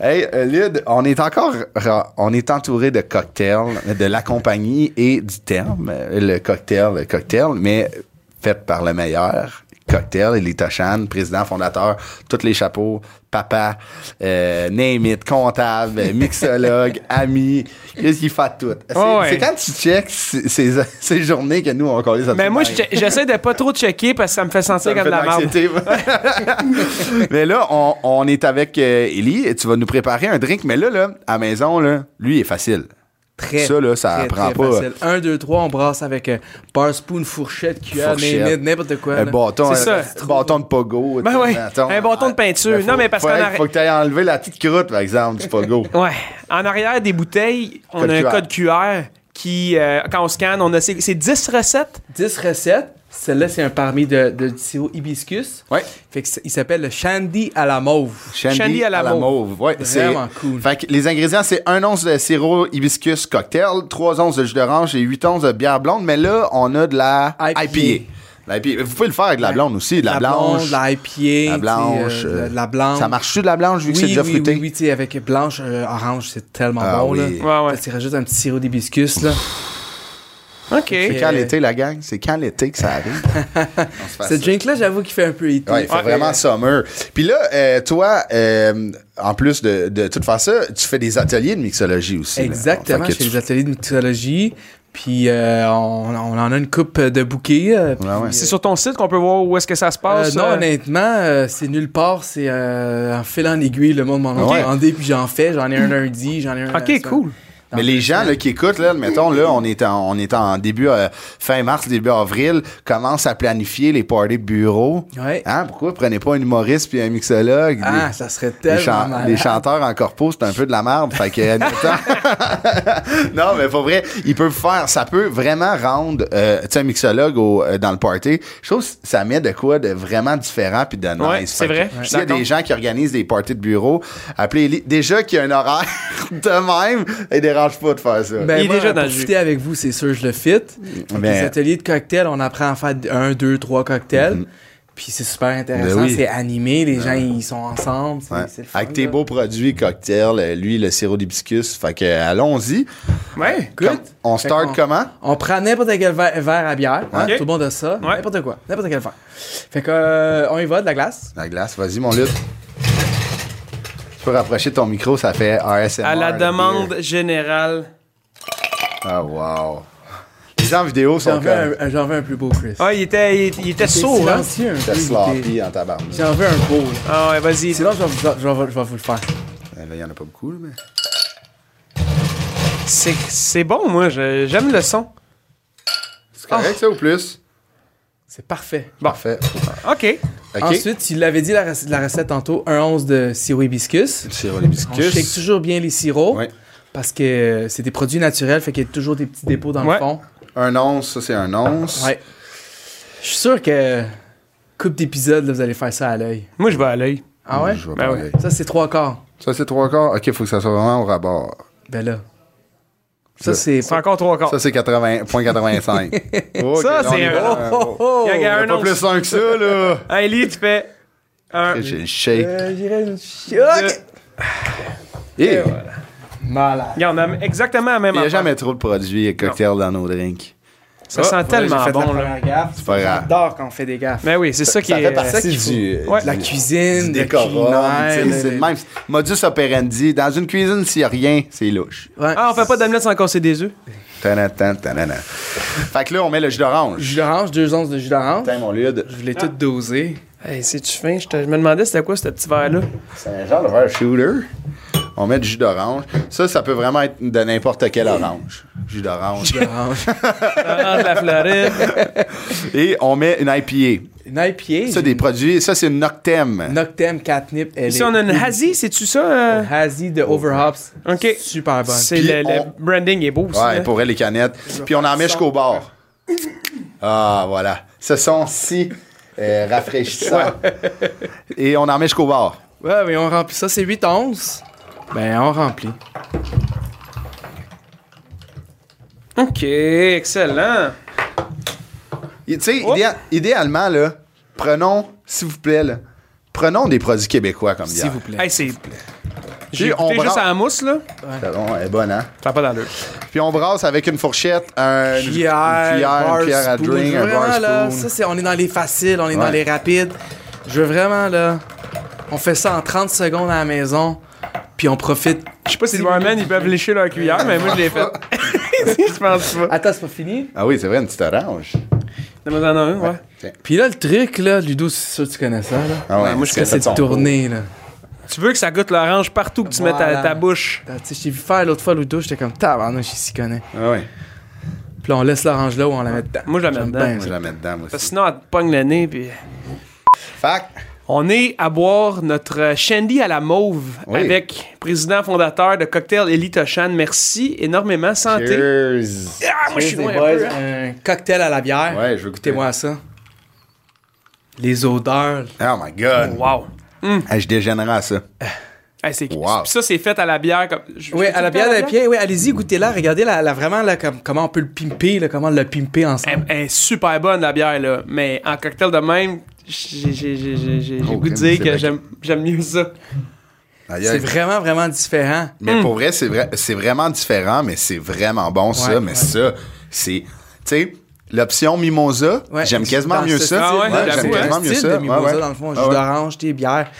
Hey, euh, Lyd, on est encore ra- on est entouré de cocktails, de la compagnie et du terme, euh, le cocktail, le cocktail, mais fait par le meilleur. Cocktail, Elie Toshan, président, fondateur, tous les chapeaux, papa, euh, name it, comptable, mixologue, ami, qu'est-ce qu'il fait tout? C'est Oh, ouais. c'est quand tu checks ces, ces- ces journées que nous, on connaît ça. Mais Ben, moi, je- j'essaie de pas trop checker parce que ça me fait Ça sentir me comme fait de la de merde. l'anxiété, moi. mais là, on, on est avec euh, Ellie. Tu vas nous préparer un drink, mais là, là à maison, là, lui, il est facile. Très, Ça, là, ça très, apprend très pas. facile. Un, deux, trois, on brasse avec euh, bar, spoon, fourchette, cuillère, Fourchette. name it, n'importe quoi. Un là. bâton, C'est un, ça. un bâton de pogo. Ben tu sais, ouais, un bâton de peinture. Non, faut- mais parce faut, qu'en hey, arri- faut que tu ailles enlever la petite croûte, par exemple, du pogo. Ouais. En arrière des bouteilles, on Code a un QR. code QR qui, euh, quand on scanne, on a ces, ces 10 recettes. 10 recettes. Celle-là, c'est un parmi de, de du sirop hibiscus. Ouais. Fait que c'est- il s'appelle le shandy à la mauve. Shandy, à la, mauve. Ouais, c'est- Vraiment cool. Fait que les ingrédients, c'est 1 once de sirop hibiscus cocktail, 3 onces de jus d'orange et 8 onces de bière blonde. Mais là, on a de la IPA. IPA. La IPA. Vous pouvez le faire avec de la blonde aussi, de la, blanche. la IPA, La blanche. tu sais, euh, euh, de la blanche. Ça marche-tu de la blanche vu que oui, c'est déjà oui, fruité? Oui, oui, tu sais, avec blanche, euh, orange, c'est tellement Ah bon, oui. là. Ouais, ouais. Ça, Tu rajoutes un petit sirop d'hibiscus, là. OK. C'est quand l'été, la gang? C'est quand l'été que ça arrive? euh, On se fait ça. Ce drink-là, j'avoue qu'il fait un peu été. Ouais, il fait vraiment summer. Puis là, euh, toi, euh, en plus de, de tout faire ça, tu fais des ateliers de mixologie aussi. là. Exactement, Fait je que fais tu- des ateliers de mixologie, puis euh, on, on en a une coupe de bouquets. euh, puis, Ouais, ouais. euh, C'est sur ton site qu'on peut voir où est-ce que ça se Euh, passe. non, euh. honnêtement, euh, c'est nulle part. C'est euh, en fil en aiguille. Le monde m'en a Ah Ouais. demandé, puis j'en fais. J'en ai un lundi, j'en ai un. euh, la OK, semaine- cool. Mais les gens là, qui écoutent, là, mettons, là, on est en, on est en début euh, fin mars, début avril, commencent à planifier les parties de bureau. Ouais. Hein, pourquoi prenez pas un humoriste puis un mixologue? Ah, Des- ça serait les, tellement chan- malade. les chanteurs en corpo, c'est un peu de la merde. Fait que, admettons- non, mais pour vrai, ils peuvent faire, ça peut vraiment rendre, euh, tu sais, un mixologue au- euh, dans le party. Je trouve que ça met de quoi de vraiment différent puis de nice. Ouais, c'est Fait que vrai. Je suis S'il y a d'accord. des gens qui organisent des parties de bureau, appelez Élie. Déjà qu'il y a un horaire de même, il dérange pas de faire ça. Ben, Il est moi, déjà en dans le profiter avec vous, c'est sûr, je le Mm. fit. Mais- Les ateliers de cocktails, on apprend à faire un, deux, trois cocktails. Puis c'est super Mm-hmm. intéressant. Ben oui. C'est animé. Les gens, ils sont ensemble. C'est Ouais. c'est le fun, Avec tes là. beaux produits, cocktails, euh, lui, le sirop d'hibiscus. Fait que, euh, allons-y. Ouais. Good. Comme- on Fait start qu'on- comment? On prend n'importe quel verre, verre à bière. hein, Ok. Tout le monde a ça. Ouais. N'importe quoi. N'importe quel verre. Fait que, euh, on y va, de la glace. La glace, vas-y, mon lut. Tu peux rapprocher ton micro, ça fait ASMR. À la le demande générale. beer. Ah, wow. Les gens en vidéo J'en sont veux, comme. un- j'en veux un plus beau, Chris. Ah, il était, il, il était C'est sourd, hein? silencieux un T'es peu, sloppy t'es- en tabarnak. J'en veux un beau. là. Ah ouais, vas-y. Sinon, je vais, vous- je vais- je vais vous le faire. Eh, Là, il y en a pas beaucoup, là, mais. C'est c'est bon, moi. je- J'aime le son. C'est Ah. correct, ça, ou plus? C'est parfait. Parfait. OK. OK. Ensuite, tu l'avais dit la, rec- la recette tantôt, un once de sirop hibiscus. le sirop On shake d'hibiscus. toujours bien les sirops Ouais. parce que euh, c'est des produits naturels, fait qu'il y a toujours des petits dépôts dans Ouais. le fond. Un once, ça, c'est un once. Ouais. Je suis sûr que coupe d'épisodes, là, vous allez faire ça à l'œil. Moi, je vais à l'œil. Ah ouais? Je vais Ben pas ouais. aller. Ça, c'est trois quarts. Ça, c'est trois quarts. OK, faut que ça soit vraiment au rabord. Ben là. Ça, Ça- c'est. C'est encore trois quarts. Ça, c'est 80, 85. Ça, c'est un- Oh, oh, Il y a oh. un Pas once. plus un que ça, là. Hey, Lee, tu fais un. J'ai le shake. Euh, j'irais une chioque. Eh, Malade. Regarde, on a exactement la même Il n'y a affaire. jamais trop de produits et cocktails dans nos drinks. Ça Ah. sent tellement bon, là. C'est pas grave. J'adore quand on fait des gaffes. Mais oui, c'est ça qui Ça est. fait partie ça qu'il du, Ouais. du- La cuisine, du le décorum, culinaire, tu sais, le- c'est le même. Modus operandi. Dans une cuisine, s'il n'y a rien, c'est louche. Ouais. Ah, on fait pas d'omelette sans casser des œufs. Tanan, tan, tanan. Fait que là, on met le jus d'orange. Jus d'orange, deux onces de jus d'orange. Putain, mon lude. Je l'ai tout dosé. Hey, c'est-tu fin? Je, te- je me demandais c'était quoi ce petit verre-là. C'est un genre de verre shooter. On met du jus d'orange. Ça, ça peut vraiment être de n'importe quel orange. Jus d'orange. D'orange. Ah, de la Floride. Et on met une IPA. une IPA. Ça, j'ai des produits. Ça, c'est une Noctem. Noctem Catnip. Elle Ici, on a une Hazy, c'est-tu ça? euh? Hazy de Overhops. Ok. Super bonne. C'est Puis le, le on- branding est beau hein? aussi. Ouais, là. pour elle, les canettes. Puis on en met jusqu'au bord. Ah, voilà. Ce sont si euh, rafraîchissants. Et on en met jusqu'au bord. Ouais, mais on remplit ça. C'est 8 onces. Ben, on remplit. Ok, excellent. Et Tu sais, Oh. idéa- idéalement, là, prenons, s'il vous plaît, là, prenons des produits québécois comme S'il bière. vous plaît. Hey, c'est J'ai Puis on goûté juste brasse- à la mousse, là. C'est bon, elle est bonne, hein? Ça n'a pas d'allure. Puis on brasse avec une fourchette, un, une Pierre, cuillère, une cuillère à drink, un bar spoon. là, ça c'est, on est dans les faciles, on est dans Ouais. les rapides. Je veux vraiment là, on fait ça en 30 secondes à la maison, puis on profite. Je sais pas si les barman, ils peuvent lécher leur cuillère, mais moi, je l'ai fait. Je pense pas. Attends, c'est pas fini. Ah oui, c'est vrai, une petite orange. Donne-moi en un, ouais. Puis là le truc là, Ludo, c'est sûr que tu connais ça là. Ah ouais, Ouais, moi, je c'est C'est son de tourner là. Tu veux que ça goûte l'orange partout que tu mets ta, Voilà. ta bouche. Attends, Tu sais, je t'ai vu faire l'autre fois Ludo, j'étais comme tabarnouche, il s'y connaît. cours. Ah oui, Puis là on laisse l'orange là ou on la met dedans. Moi, je la mets J'aime dedans, bien moi, je ça. la mets dedans, moi Parce que aussi. sinon, elle te pogne le nez, puis... Fac, On est à boire notre euh, Shandy à la mauve Oui. avec président fondateur de Cocktail Elie Toshan. Merci énormément. Santé. cheers! Ah, moi, je suis Cheers, loin les un peu, boys. hein. Un cocktail à la bière. Ouais, je veux goûter. Goûtez-moi ça. Les odeurs. Oh my God! Wow. Ah, je dégénérais à ça. Hey, c'est- Wow. Puis ça, c'est fait à la bière. Comme... je- Oui, je- à la bière de pied, oui, allez-y, goûtez-la, regardez la, la- vraiment là, comme- comment on peut le pimper, là, comment le pimper Elle, ensemble. elle est super bonne, la bière, là. Mais en cocktail de même, j'ai j'ai- j'ai- j'ai- j'ai Oh, le goût crime, de dire c'est que bien. j'aime j'aime mieux ça. Aïe, C'est aïe. vraiment, vraiment différent. Hmm. Mais pour vrai, c'est vrai, c'est vraiment différent, mais c'est vraiment bon ça. Ouais, Mais ouais. ça, c'est, tu sais, l'option mimosa, Ouais, j'aime c'est quasiment dans mieux ça. ce style-là. Ah ouais, Ouais, j'avoue, j'aime hein. quasiment C'est mieux un style ça. de mimosa, Ouais, ouais. dans le fond, Ah jus ouais. d'orange, des bières.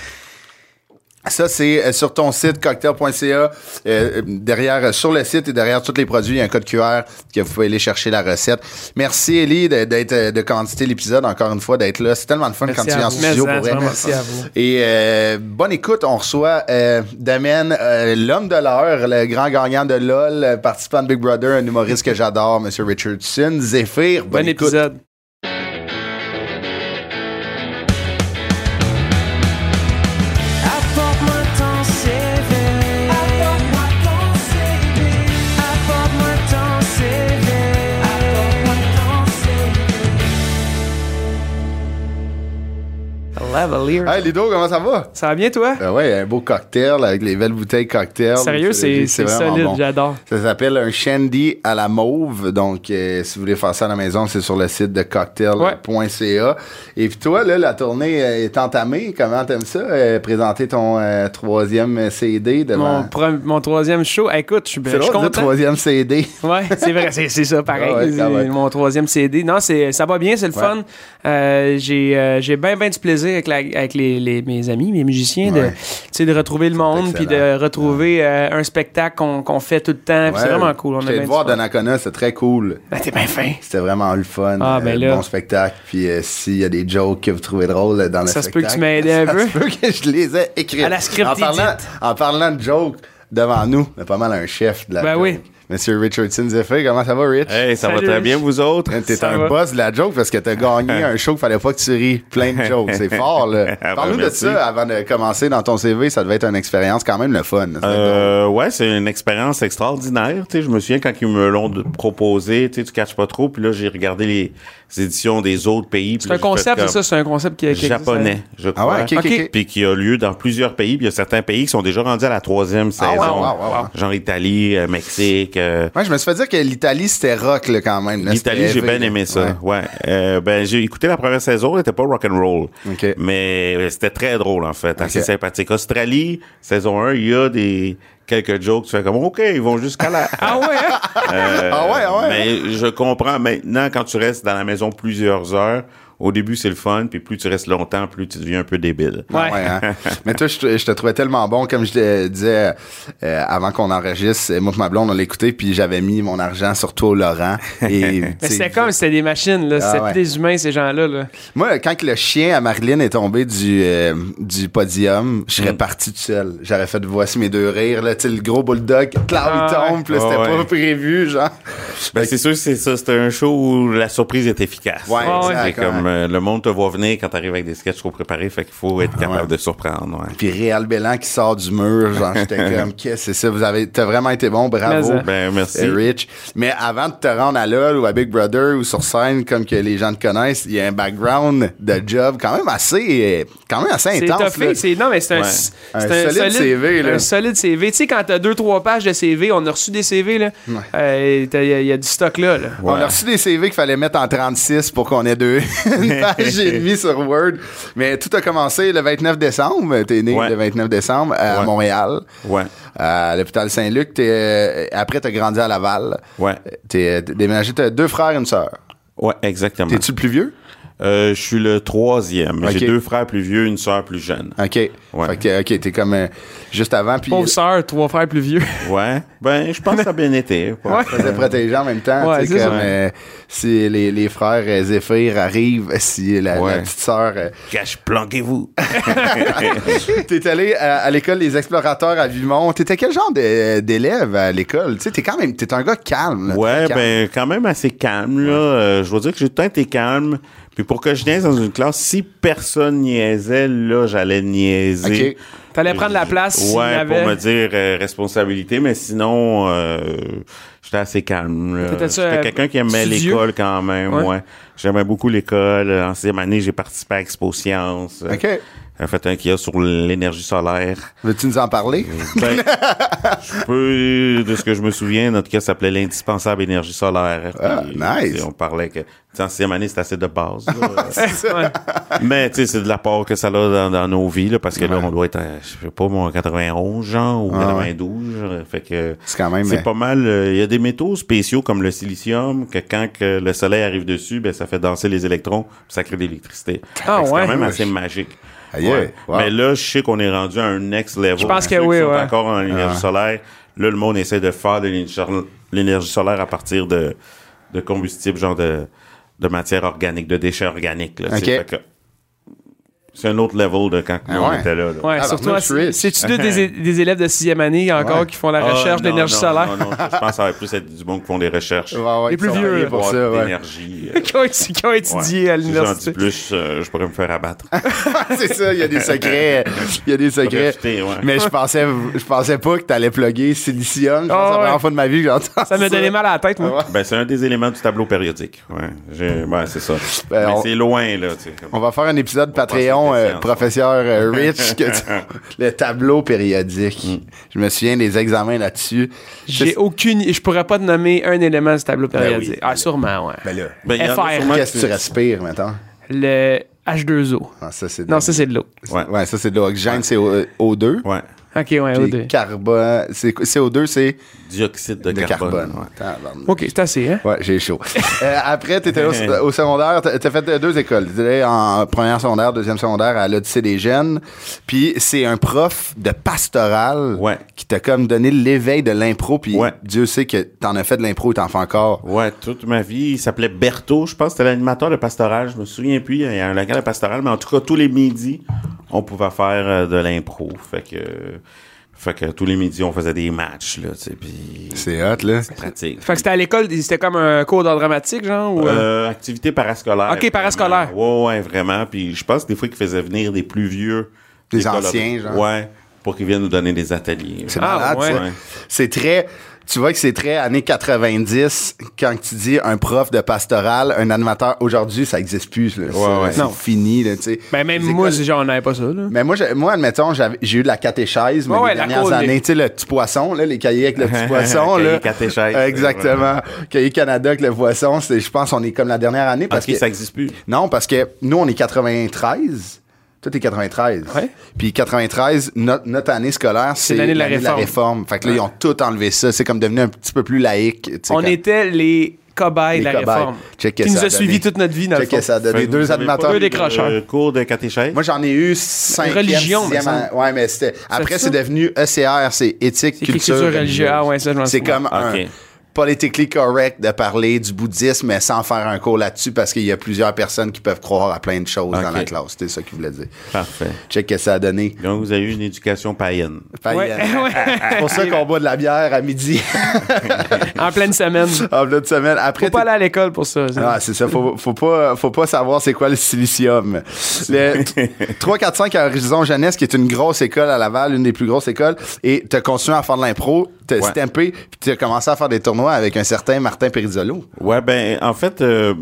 Ça, c'est euh, sur ton site cocktail.ca. Euh, derrière, euh, sur le site et derrière tous les produits, il y a un code QR que vous pouvez aller chercher la recette. Merci, Ellie, de- d'être, euh, de candidater l'épisode, encore une fois, d'être là. C'est tellement le fun Merci quand tu à viens en vous. studio Mais, pour hein, c'est vrai. vraiment Merci à vous. Et euh, bonne écoute, on reçoit euh, Damien, euh, l'homme de l'heure, le grand gagnant de LOL, euh, participant de Big Brother, un humoriste que j'adore, Monsieur Richardson, Zephyr. Bon Bonne écoute. épisode. Apporte-moi ton CV. Apporte-moi ton CV. Apporte-moi ton CV. Apporte-moi ton CV. Lavalier. Hey Ludo, comment ça va? Ça va bien, toi? Euh, ouais, un beau cocktail avec les belles bouteilles cocktail. Sérieux, c'est c'est vraiment solide. bon. J'adore. Ça s'appelle un shandy à la mauve. Donc, euh, si vous voulez faire ça à la maison, c'est sur le site de cocktail.ca. Et puis toi, là, la tournée euh, est entamée. Comment t'aimes ça? euh, présenter ton euh, troisième CD devant... Mon, pre- mon troisième show. Écoute, je suis C'est je suis drôle, le content. troisième CD. Ouais, c'est vrai, c'est c'est ça, pareil. Ah ouais, quand même. Mon troisième CD. Non, c'est ça va bien, c'est le Ouais. fun. Euh, j'ai euh, j'ai bien bien du plaisir avec, la- avec les, les- mes amis, mes musiciens, de, Ouais. tu sais, de retrouver le monde, puis de excellent. retrouver euh, un spectacle qu'on qu'on fait tout le temps. puis c'est vraiment cool. On a J'étais allé bien le du voir fun. Donnacona, c'est très cool. Ah, T'es bien fin. C'était vraiment le fun. euh, Ah, ben là. Bon spectacle. Puis euh, s'il y a des jokes que vous trouvez drôles euh, dans le Ça se peut spectacle. que tu m'aides un peu. Ça se peut que je les ai écrits. À la script en parlant, edit. en parlant de jokes, devant nous, il y a pas mal un chef de la Ben joke. oui. Monsieur Richardson Zephyr, comment ça va, Rich? Hey, ça Salut. va très bien, vous autres? T'es ça un va. boss de la joke parce que t'as gagné un show qu'il fallait pas que tu ris. Plein de jokes. C'est fort, là. Ah, ben, Parle-nous de merci. ça avant de commencer dans ton CV. Ça devait être une expérience quand même le fun. Ça devait être drôle. Euh, ouais, c'est une expérience extraordinaire. Tu sais, je me souviens quand ils me l'ont de- proposé, tu sais, tu catches pas trop, puis là j'ai regardé les, les éditions des autres pays. puis C'est un là, j'ai concept, fait c'est ça, comme c'est un concept qui, qui existe. japonais, je Ah crois. ouais, ok, ok, Ok. ok. Puis qui a lieu dans plusieurs pays, puis il y a certains pays qui sont déjà rendus à la troisième saison. Ah ouais, ouais, ouais, ouais. Genre Italie, euh, Mexique. euh, Ouais, je me suis fait dire que l'Italie, c'était rock, là, quand même. là. L'Italie, C'était j'ai bien heavy. aimé ça. Ouais. Ouais. Euh, ben, j'ai écouté la première saison, elle était pas rock and roll. OK. Mais euh, c'était très drôle en fait, assez OK. sympathique. Australie, saison 1, il y a des quelques jokes, tu fais comme OK, ils vont jusqu'à la Ah ouais, hein? Euh, Ah ouais, ah ouais. Mais je comprends maintenant quand tu restes dans la maison plusieurs heures, au début c'est le fun, puis plus tu restes longtemps, plus tu deviens un peu débile. Ah ouais, hein. Mais toi, je, te- je te trouvais tellement bon. Comme je te disais euh, avant qu'on enregistre, moi et ma blonde, on l'a écouté, puis j'avais mis mon argent sur toi, Laurent. Et, Mais tu sais, c'était comme, c'était des machines, là. Ah, c'était ouais. des humains, ces gens-là. Là. Moi, quand le chien à Marilyn est tombé du, euh, du podium, je Mm. serais parti tout seul. J'aurais fait voici mes deux rires. Là, tu sais, le gros bulldog, Cloud, Ah, il tombe, puis là, ouais. c'était Ah, pas ouais. prévu, genre. Ben, c'est sûr, que c'est ça. C'était un show où la surprise est efficace. Ouais, Ah, ouais. exact, C'est comme ouais. euh, le monde te voit venir quand t'arrives avec des sketchs trop préparés, fait qu'il faut être capable Ah ouais. de surprendre. ouais. Puis Réal Bellan qui sort du mur, genre, j'étais comme, qu'est-ce que c'est ça? Vous avez, t'as vraiment été bon, bravo. Mais, euh, Ben, merci. Euh, Rich. Mais avant de te rendre à LOL ou à Big Brother ou sur scène, comme que les gens te connaissent, il y a un background de job quand même assez, euh, quand même assez C'est intense. tough, là. c'est non mais c'est un, Ouais. c'est Un solide CV, là. un solide CV. Tu sais quand t'as deux trois pages de CV, on a reçu des CV là. Il y, a- y a du stock là. là. On a reçu des CV qu'il fallait mettre en 36 pour qu'on ait deux, une page et demie sur Word. Mais tout a commencé le 29 décembre. T'es né Ouais. le 29 décembre à Ouais. Montréal. Ouais. À l'hôpital Saint-Luc. T'es, euh, après, t'as grandi à Laval. Ouais. T'es euh, déménagé. T'as deux frères et une sœur. Ouais, exactement. T'es-tu le plus vieux? Euh, je suis le troisième. Ok. J'ai deux frères plus vieux, une sœur plus jeune. OK. Ouais. Fait que, OK, t'es comme euh, juste avant. Puis euh, Pauvre sœur, trois frères plus vieux. Ouais. Ben, je pense que ça a bien été. quoi. Ouais. faisait protéger en même temps. Ouais, tu sais, c'est comme, ça. euh, si les, les frères euh, Zéphyr arrivent, si la, la Ouais. petite sœur... euh, Cache, planquez-vous. T'es allé à, à l'école des explorateurs à Vimont. T'étais quel genre de- d'élève à l'école? Tu sais, t'es quand même... T'es un gars calme. là, Ouais, très calme. ben quand même assez calme là. Euh, je dois dire que j'ai tout le temps été calme. Puis pour que je niaise dans une classe, si personne niaisait, là, j'allais Ok. niaiser. T'allais prendre la place s'il y Ouais, avait- pour me dire euh, responsabilité, mais sinon, euh, j'étais assez calme. là. T'étais-tu, J'étais euh, quelqu'un qui aimait studieux? l'école quand même. Ouais. Ouais. J'aimais beaucoup l'école. En sixième année, j'ai participé à Expo Science. OK. J'ai fait un kiosque sur l'énergie solaire. Veux-tu nous en parler? Ben, je peux, de ce que je me souviens, notre cas s'appelait l'indispensable énergie solaire. Ah, Puis, nice. tu sais, On parlait que, tu sais, en sixième année, c'est assez de base. là. Ouais. Mais, tu sais, c'est de la part que ça a dans, dans nos vies, là, parce que là, on doit être, à, je sais pas, moi, en 91, genre, ou 92, genre, fait que... Ah C'est quand même, euh, C'est pas mal. euh, Il y a des métaux spéciaux comme le silicium, que quand que le soleil arrive dessus, ben, ça fait danser les électrons, puis ça crée de l'électricité. Ah, Fait que C'est ouais. quand même assez magique. Aïe, wow. Mais là, je sais qu'on est rendu à un next level. Je pense Ceux que qui oui, sont ouais. encore en énergie Ah. solaire, là, le monde essaie de faire de l'énergie l'énergie solaire à partir de, de combustibles, genre de, de matière organique, de déchets organiques. là, tu sais. Ok. Fait que C'est un autre level de quand Ah on ouais. était là. là. Ouais, Ah, surtout, Arnaud à- Schwitz. c'est-tu deux des, des élèves de sixième année encore Ouais. qui font la Ah, recherche non, de l'énergie non, solaire? Non, non, je pense que ça va plus être du monde qui font des recherches. Ouais, ouais, Les ils plus sont vieux, payés là. pour Boîte ça, ouais. d'énergie. euh, qui, ont, étu- qui ont étudié à Si j'en dis l'université. plus, euh, je pourrais me faire abattre. c'est ça, il y a des secrets. Il y a des secrets. Rejeté, ouais. Mais je pensais, je pensais pas que t'allais plugger Silicium. Je pense que c'est la Ah ouais. première fois de ma vie que j'entends Ça me donnait mal à la tête, moi. ben, c'est un des éléments du tableau périodique. Ouais, j'ai- ouais, c'est ça. Ben, Mais on- c'est loin, là. tu sais, comme- On va faire un épisode va Patreon, passer euh, des séances, professeur euh, Rich, que tu- le tableau périodique. Mm. Je me souviens des examens là-dessus. J'ai aucune. Je pourrais pas te nommer un élément du tableau périodique. Ben oui. ah, sûrement, ouais. Ben là, Ben, il y en a FR. sûrement qu'est-ce que tu qui- respires maintenant? Le H2O. Ah, ça, c'est de- Non, ça, c'est de l'eau. Ouais. Ouais, ça, c'est de l'oxygène, c'est O- O2. Ouais. Ok, ouais, Puis O2. carbone, c'est quoi- CO2, c'est Dioxyde de, de carbone. carbone. ouais. Tabarnak. Ok, c'est assez, hein? Ouais, j'ai chaud. Euh, après, t'étais au, au secondaire, t'as t'as fait euh, deux écoles. T'étais en première secondaire, deuxième secondaire à l'Odyssée des jeunes. Puis c'est un prof de pastoral Ouais. qui t'a comme donné l'éveil de l'impro. Puis Ouais. Dieu sait que t'en as fait de l'impro et t'en fais encore. Ouais, toute ma vie, il s'appelait Berthaud, je pense, que c'était l'animateur de pastoral, je me souviens plus, il y a un local de pastoral, mais en tout cas, tous les midis, on pouvait faire euh, de l'impro, fait que, fait que tous les midis, on faisait des matchs, là, tu sais, puis C'est hot, là. pratique. Fait que c'était à l'école, c'était comme un cours d'art dramatique, genre? Ou... euh, Euh, activité parascolaire. Ok, parascolaire. Vraiment. Ouais, ouais, vraiment, puis je pense que des fois qu'ils faisaient venir des plus vieux. Des colocs. anciens, genre. Ouais, pour qu'ils viennent nous donner des ateliers. C'est Ah, malade, ouais. ça. Ouais. C'est très. Tu vois que c'est très années 90 quand tu dis un prof de pastoral, un animateur. Aujourd'hui, ça existe plus. là. C'est- ouais. C'est Non. fini, là, tu sais. ben, même Les moi, écoles- genre, on n'avait pas ça, là. Mais moi, j'ai- moi admettons, j'avais- j'ai eu de la catéchèse, mais Ouais, ouais, les la dernières cour- années, les- tu sais, le petit poisson, là, les cahiers avec le petit poisson. Cahier là. catéchèse, Exactement. Cahier Canada avec le poisson, c'est- je pense qu'on est comme la dernière année. Parce Parce que que, ça existe plus. Non, parce que nous, on est 93. Toi, t'es 93. Ouais. Puis 93, notre, notre année scolaire, c'est l'année de la réforme. Fait que là, ils ont tout enlevé ça. C'est comme devenu un petit peu plus laïque. tu sais, On comme- était les cobayes Les de la cobayes. réforme. Check que qui ça nous a a donné. suivis toute notre vie, dans le Check que fond. ça a Fait donné que vous deux avez pas animateurs. eu Deux décrocheurs. de euh, cours de catéchèse. Moi, j'en ai eu cinq. Religion, sixième me semble. an- Ouais, mais c'était. Après, ça? c'est devenu ECR, c'est éthique, culture culture, religieuse. Ah ouais, ça, je m'en C'est souviens. comme un Ok. politically correct de parler du bouddhisme, mais sans faire un cours là-dessus parce qu'il y a plusieurs personnes qui peuvent croire à plein de choses dans Ok. la classe. C'était ça qu'il voulait dire. Parfait. Check que ça a donné. Donc, vous avez eu une éducation païenne. Fait, Ouais, euh, ouais. C'est pour ça qu'on boit de la bière à midi en pleine semaine. en pleine semaine. Après, Faut pas t'es- aller à l'école pour ça. ça. Ah, c'est ça. Faut, faut, pas, faut pas savoir c'est quoi le silicium. Le 345 à Horizon Jeunesse, qui est une grosse école à Laval, une des plus grosses écoles, et t'as continué à faire de l'impro, t'as Ouais. stampé, puis t'as commencé à faire des tournois avec un certain Martin Perizzolo. Ouais, ben, en fait, euh,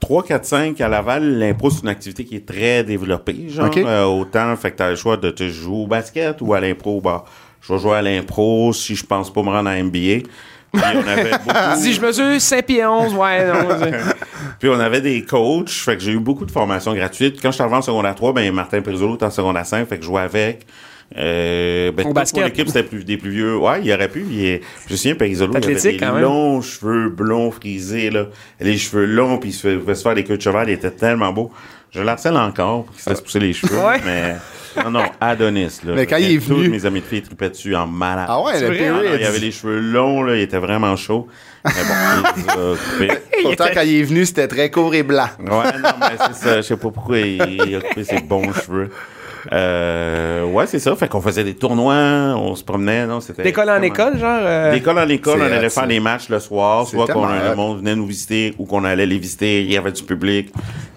3, 4, 5 à Laval, l'impro, c'est une activité qui est très développée. Genre, Ok. euh, autant, fait que t'as le choix de te jouer au basket ou à l'impro. Bah, je vais jouer à l'impro si je pense pas me rendre à NBA. Puis on avait beaucoup- Si je mesure 5 pieds 11, ouais, non. c'est- Puis on avait des coachs, fait que j'ai eu beaucoup de formations gratuites. Quand je suis arrivé en secondaire 3, ben Martin Prizzolo était en secondaire 5, fait que je jouais avec. Euh, ben, Au toute basket. mon équipe, c'était plus, des plus vieux. Ouais, il aurait pu. Il est... Je me souviens, Prizzolo, il avait Athlétique, des quand même. longs cheveux blonds frisés, là. Les cheveux longs, puis il se fait- pouvait se faire des queues de cheval, il était tellement beau. Je l'harcèle encore pour qu'il se fasse pousser les cheveux, Ouais. mais... Non, non, Adonis, là. Mais quand Fait que il est venu- Tous mes amis de filles tripaient dessus en malade. Ah ouais, C'est le vrai? pire. Ah non, il avait les cheveux longs, là, il était vraiment chaud. Mais bon, il les a coupés. Pourtant, quand il est venu, c'était très court et blanc. Ouais, non, mais c'est ça. Je sais pas pourquoi il, il a coupé ses bons cheveux. Euh, ouais, c'est ça. Fait qu'on faisait des tournois, on se promenait. Non, c'était D'école en vraiment- école, genre. euh, D'école en école, C'est on allait hot, faire ça. des matchs le soir, C'est soit qu'on tellement le hot. monde venait nous visiter ou qu'on allait les visiter, il y avait du public.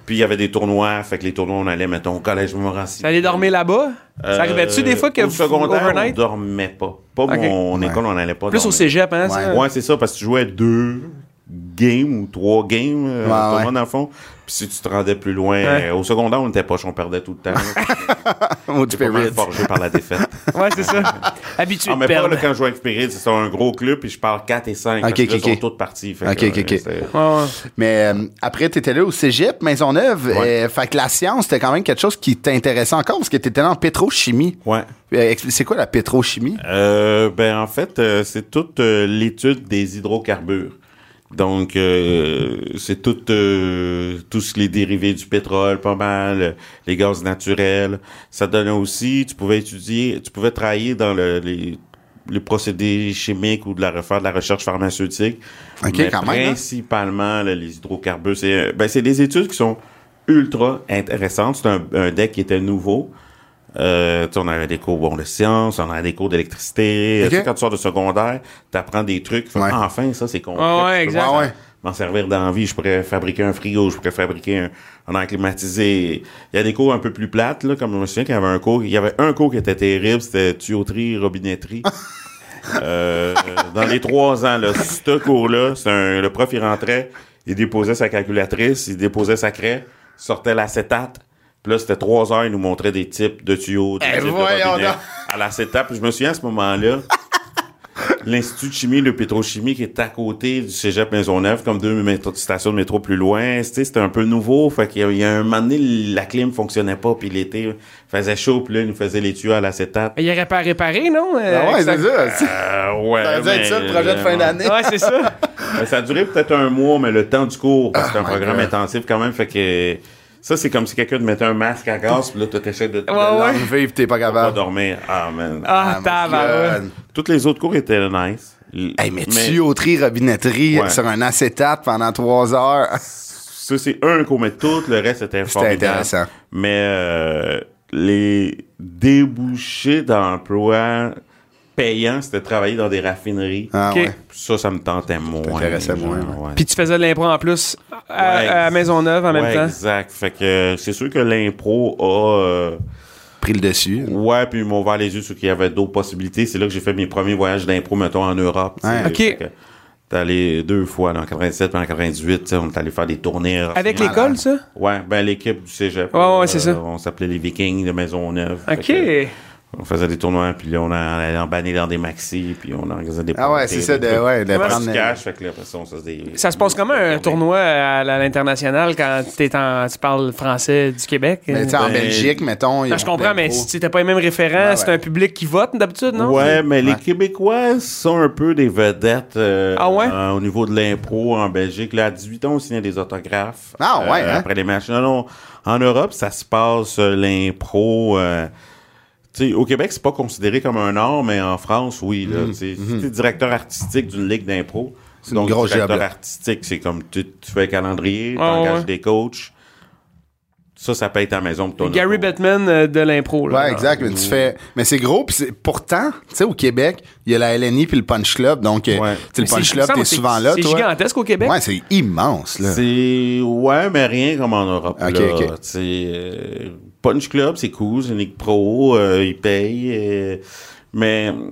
Puis il y avait des tournois, fait que les tournois on allait mettons au collège Montmorency. T'allais dormir là-bas? Euh, ça arrivait-tu des fois que au vous secondaire on overnight? dormait pas. Pas Ok. mon école, on allait pas Plus au dormir. cégep, hein? ça? Ouais, c'est ça, parce que tu jouais deux games ou trois games, euh, Ouais, au ouais. tournoi, dans le fond. Puis si tu te rendais plus loin, Ouais. euh, au secondaire, on était poche, on perdait tout le temps. Au du Pas mal Perrier. forgé par la défaite. Ouais, c'est ça. Habitué Ah, de mais pas perdre. là, quand je jouais avec Spirit, c'est un gros club, puis je parle 4 et 5. Ok, parce que là, ok, ok. sont toutes parties. fait Ok, que, ok, ok. euh, c'est- Ouais, ouais. Mais euh, après, tu étais là au cégep, Maisonneuve. Ouais. euh, fait que la science, c'était quand même quelque chose qui t'intéressait encore parce que tu étais en pétrochimie. Ouais. Euh, expli- C'est quoi la pétrochimie? Euh, ben, en fait, euh, c'est toute euh, l'étude des hydrocarbures. Donc, euh, c'est tout, euh, tout ce qui est dérivé du pétrole, pas mal, euh, les gaz naturels. Ça donnait aussi, tu pouvais étudier, tu pouvais travailler dans le, les, les procédés chimiques ou de la refaire de la recherche pharmaceutique. Ok, Mais quand même, hein? Principalement, là, les hydrocarbures, c'est euh, ben, c'est des études qui sont ultra intéressantes. C'est un, un deck qui était nouveau. Euh, tu sais, on avait des cours bon, de sciences, on avait des cours d'électricité. Euh, Ok. Tu sais, Quand tu sors de secondaire, tu apprends des trucs. Fait, Ouais. Enfin, ça, c'est concret. Ah ouais, Je peux exact. Ah ouais. M'en servir dans la vie. Je pourrais fabriquer un frigo, je pourrais fabriquer un, un air climatisé. Il y a des cours un peu plus plates, là, comme je me souviens qu'il y avait un cours. Il y avait un cours qui était terrible, c'était tuyauterie, robinetterie. Euh, dans les trois ans, là, ce cours-là, c'est un- le prof, il rentrait, il déposait sa calculatrice, il déposait sa craie, sortait l'acétate. Puis là, c'était trois heures, il nous montrait des types de tuyaux, des Eh, types de voyons robinets donc. à l'acétate. Puis je me souviens, à ce moment-là, l'Institut de chimie et de pétrochimie qui est à côté du cégep Maisonneuve, comme deux métro- stations de métro plus loin. Tu sais, C'était un peu nouveau. Fait qu'il y a, il y a un moment donné, la clim fonctionnait pas, puis l'été faisait chaud, puis là, ils nous faisaient les tuyaux à l'acétate. Mais Il aurait pas à réparer, non? euh, Ah ouais, avec sa- c'est ça. c'est- Euh, ouais, Ça doit être ça le mais- projet de fin d'année. Ouais, c'est ça. Mais Ben, ça a duré peut-être un mois, mais le temps du cours, parce que c'est un Oh my programme God. intensif quand même, fait que ça, c'est comme si quelqu'un te mettait un masque à gaz, puis là, tu t'essaies de, de Ouais, ouais. Enlevé, puis t'es pas pas capable. dormir. Ah, man. Ah, tabarouette. God. Toutes les autres cours étaient nice. Hey, mais, tuyauterie, robinetterie Ouais. sur un acétate pendant trois heures. Ça, c'est un cours, mais tout le reste était formidable. intéressant. Mais euh, les débouchés d'emploi payants, c'était travailler dans des raffineries. Ah, Ok. ouais. Ça, ça me tentait moins. t'intéressait genre, moins, ouais. ouais. Puis tu faisais de l'impro en plus à, Ouais, à Maisonneuve en ouais, même temps. Exact. Fait que euh, c'est sûr que l'impro a. euh, Pris le dessus. ouais, puis ils m'ont ouvert les yeux sur qu'il y avait d'autres possibilités. C'est là que j'ai fait mes premiers voyages d'impro, mettons, en Europe. tu sais. Ouais. Ok. Fait que T'es allé deux fois, là, en 97 et en 98, tu sais, on est allé faire des tournées. Avec Malade. l'école, ça? Ouais, ben l'équipe du cégep. euh, Ouais, ouais, c'est ça. On s'appelait les Vikings de Maisonneuve. Fait OK. que, On faisait des tournois, puis là, on allait en banner dans des maxi, puis on organisait des Ah ouais, parties, c'est ça, des de, trucs. ouais, de Comment Pas prendre. euh, du cash, fait que là, après ça, on se faisait des- Ça se passe des- comment euh, un des- tournoi à l- à l'international quand t'es en, tu parles français du Québec? Mais tu sais, en Ben, Belgique, mettons. il y a Non, je comprends, plein mais de pros. si t'as pas les mêmes référents, Ouais, c'est ouais. un public qui vote d'habitude, non? Ouais, mais les Ouais. Québécois sont un peu des vedettes euh, Ah ouais? euh, au niveau de l'impro en Belgique. Là, à 18 ans, on signait des autographes. euh, Ah ouais, hein? Après les matchs. Non, non. En Europe, ça se passe euh, l'impro. euh, tu sais, au Québec, c'est pas considéré comme un art, mais en France, oui. Là, tu sais, Si t'es directeur artistique d'une ligue Hmm. d'impro, C'est une grosse directeur job, là. artistique, c'est comme tu, tu fais un calendrier, tu Ah t'engages ouais. des coachs. Ça, ça paye ta maison pour ton Gary impro. Bettman euh, de l'impro. là. Ouais, exact. Mais tu fais. Mais c'est gros. Puis c'est- pourtant, tu sais, au Québec, il y a la LNI puis le Punch Club. Donc, euh, Ouais. tu sais, le Mais Punch c'est- Club, ça, t'es moi, c'est- souvent là, C'est toi. gigantesque au Québec. Ouais, c'est immense, là. C'est ouais, mais rien comme en Europe. Ok, là. ok. Tu sais, euh, Punch Club, c'est cool, c'est une ligue pro, euh, ils payent, euh, mais euh,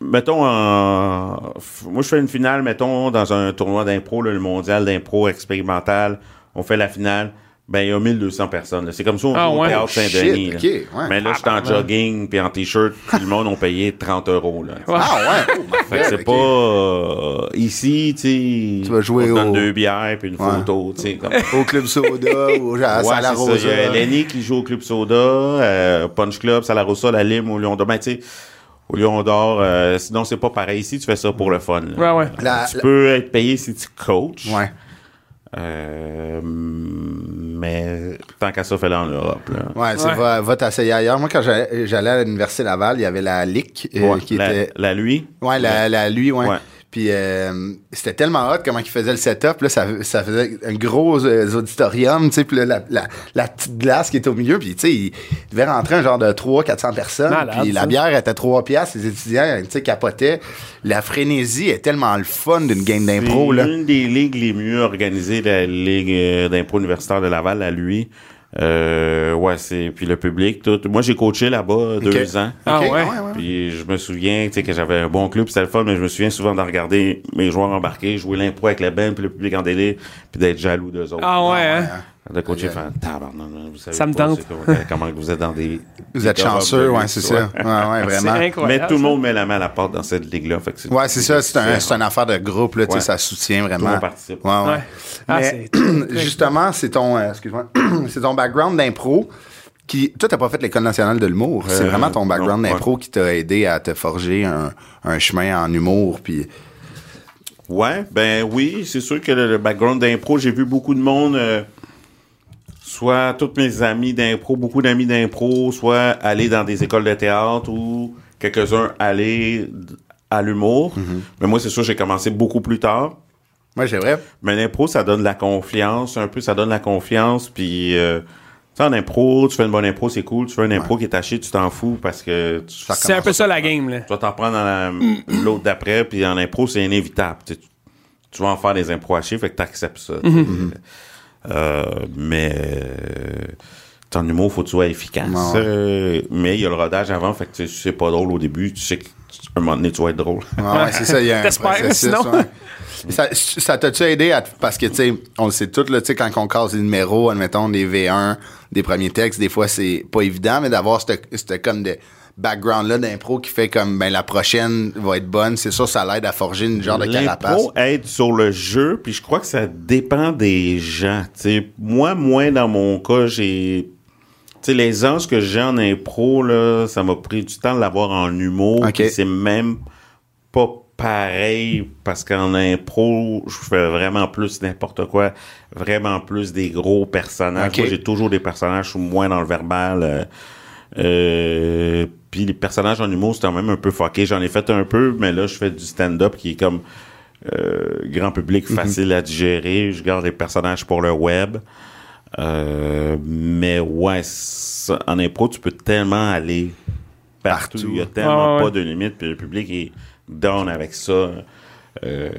mettons en f- moi je fais une finale, mettons dans un tournoi d'impro, là, le mondial d'impro expérimental, on fait la finale. Ben, il y a 1200 personnes. là. C'est comme ça on Ah, joue au ouais. Ah, bah, Théâtre Shit, Saint-Denis. là. ok, ouais. Mais là, j'étais en jogging puis en T-shirt. Tout le monde ont payé 30 euros. Là. Ah ouais. Oh, Fait que c'est ok. pas... euh, ici, tu sais... Tu vas jouer on te donne au- deux bières puis une Ouais. photo, tu sais. Comme... Au Club Soda ou à la Ouais, Sala c'est ça. Il y a Rosa. Lenny qui joue au Club Soda, euh, Punch Club, Salarossa, la Lime, au Lion d'Or. Ben, tu sais, au Lion d'Or, euh, sinon, c'est pas pareil. Ici, tu fais ça pour le fun. là. Ouais, Euh, ouais. La- tu la- peux être payé si tu coaches. Ouais. Euh, mais tant qu'à ça, fais-le en Europe. Là. Ouais, c'est Ouais. va, va t'asseoir ailleurs. Moi, quand j'allais j'allais à l'Université Laval, il y avait la LIC euh, Ouais. qui la, était. la lui. Ouais, la, la lui, ouais. Ouais. Puis euh, c'était tellement hot comment ils faisaient le setup. Là, ça, ça faisait un gros euh, auditorium, tu sais, puis là, la, la, la petite glace qui était au milieu. Puis, tu sais, il devait rentrer un genre de 300-400 personnes. Malade, puis la ça. bière était 3 piastres. Les étudiants, tu sais, capotaient. La frénésie est tellement le fun d'une game d'impro, C'est là. une des ligues les mieux organisées, la ligue euh, d'impro universitaire de Laval, à lui. Euh, ouais, c'est puis le public, tout. Moi, j'ai coaché là-bas deux ans. Ah Ok? ouais. Puis je me souviens tu sais, que j'avais un bon club, puis c'était le fun, mais je me souviens souvent de regarder mes joueurs embarqués, jouer l'impro avec la band, puis le public en délire, puis d'être jaloux d'eux autres. Ah ouais, hein? Le coach est fait tabarnak, vous savez Ça me pas, tente. c'est Comment, comment que vous êtes dans des. Vous des êtes gars chanceux, robes de ouais, luxe, c'est ça. Ouais, ouais, C'est vraiment. incroyable. Mais tout le ça. monde met la main à la porte dans cette ligue-là. fait que Ouais, c'est ça. C'est un, c'est une affaire de groupe, là, tu sais, Ouais. ça soutient vraiment. Tout le monde participe. Ouais, ouais. Ouais. Ah, Mais, c'est- justement, c'est ton, euh, excuse-moi, c'est ton background d'impro qui, toi, t'as pas fait l'école nationale de l'humour. c'est Euh, vraiment ton background non, ouais. d'impro qui t'a aidé à te forger un, un chemin en humour, puis Ouais, ben oui, c'est sûr que le, le background d'impro, j'ai vu beaucoup de monde, euh, soit tous mes amis d'impro, beaucoup d'amis d'impro, soit aller dans des écoles de théâtre ou quelques-uns aller d- à l'humour. Mais moi, c'est sûr, j'ai commencé beaucoup plus tard. moi, c'est vrai. Mais l'impro, ça donne de la confiance, un peu, ça donne de la confiance, puis... euh, tu sais, en impro, tu fais une bonne impro, c'est cool. Tu fais une impro qui est tachée, tu t'en fous parce que tu, Ça C'est un peu commence- ça la game, là. tu vas t'en prendre dans la- l'autre d'après, puis en impro, c'est inévitable. Tu, tu vas en faire des impros à chier, fait que t'acceptes ça. Mhm. Euh, mais euh, ton humour, faut que tu sois efficace. Ouais. Euh, mais il y a le rodage avant, fait que tu sais, c'est pas drôle au début, tu sais qu'à un moment donné, tu vas être drôle. Ah, Ouais, ouais, c'est ça, il y a un T'espères, processus. sinon. ouais. Ça, ça t'a-tu aidé à, te- parce que, tu sais, on le sait tout, là, tu sais, quand on casse des numéros, admettons, des V1, des premiers textes, des fois, c'est pas évident, mais d'avoir cette, cette comme de background-là d'impro qui fait comme, ben, la prochaine va être bonne, c'est sûr, ça l'aide à forger une genre de carapace. L'impro aide sur le jeu, puis je crois que ça dépend des gens. Tu sais, moi, moins dans mon cas, j'ai... Tu sais, les anges que j'ai en impro, là, ça m'a pris du temps de l'avoir en humour. Ok. puis C'est même pas pareil parce qu'en impro, je fais vraiment plus n'importe quoi, vraiment plus des gros personnages. Ok. Moi, j'ai toujours des personnages, je suis moins dans le verbal. euh, euh, puis les personnages en humour, c'est quand même un peu fucké. J'en ai fait un peu, mais là, je fais du stand-up qui est comme euh, grand public Mhm. facile à digérer. Je garde les personnages pour le web. Euh, mais ouais, ça- en impro, tu peux tellement aller partout. Partout. Il y a tellement Ouais, ouais, pas de limite. Puis le public est down avec ça. Euh,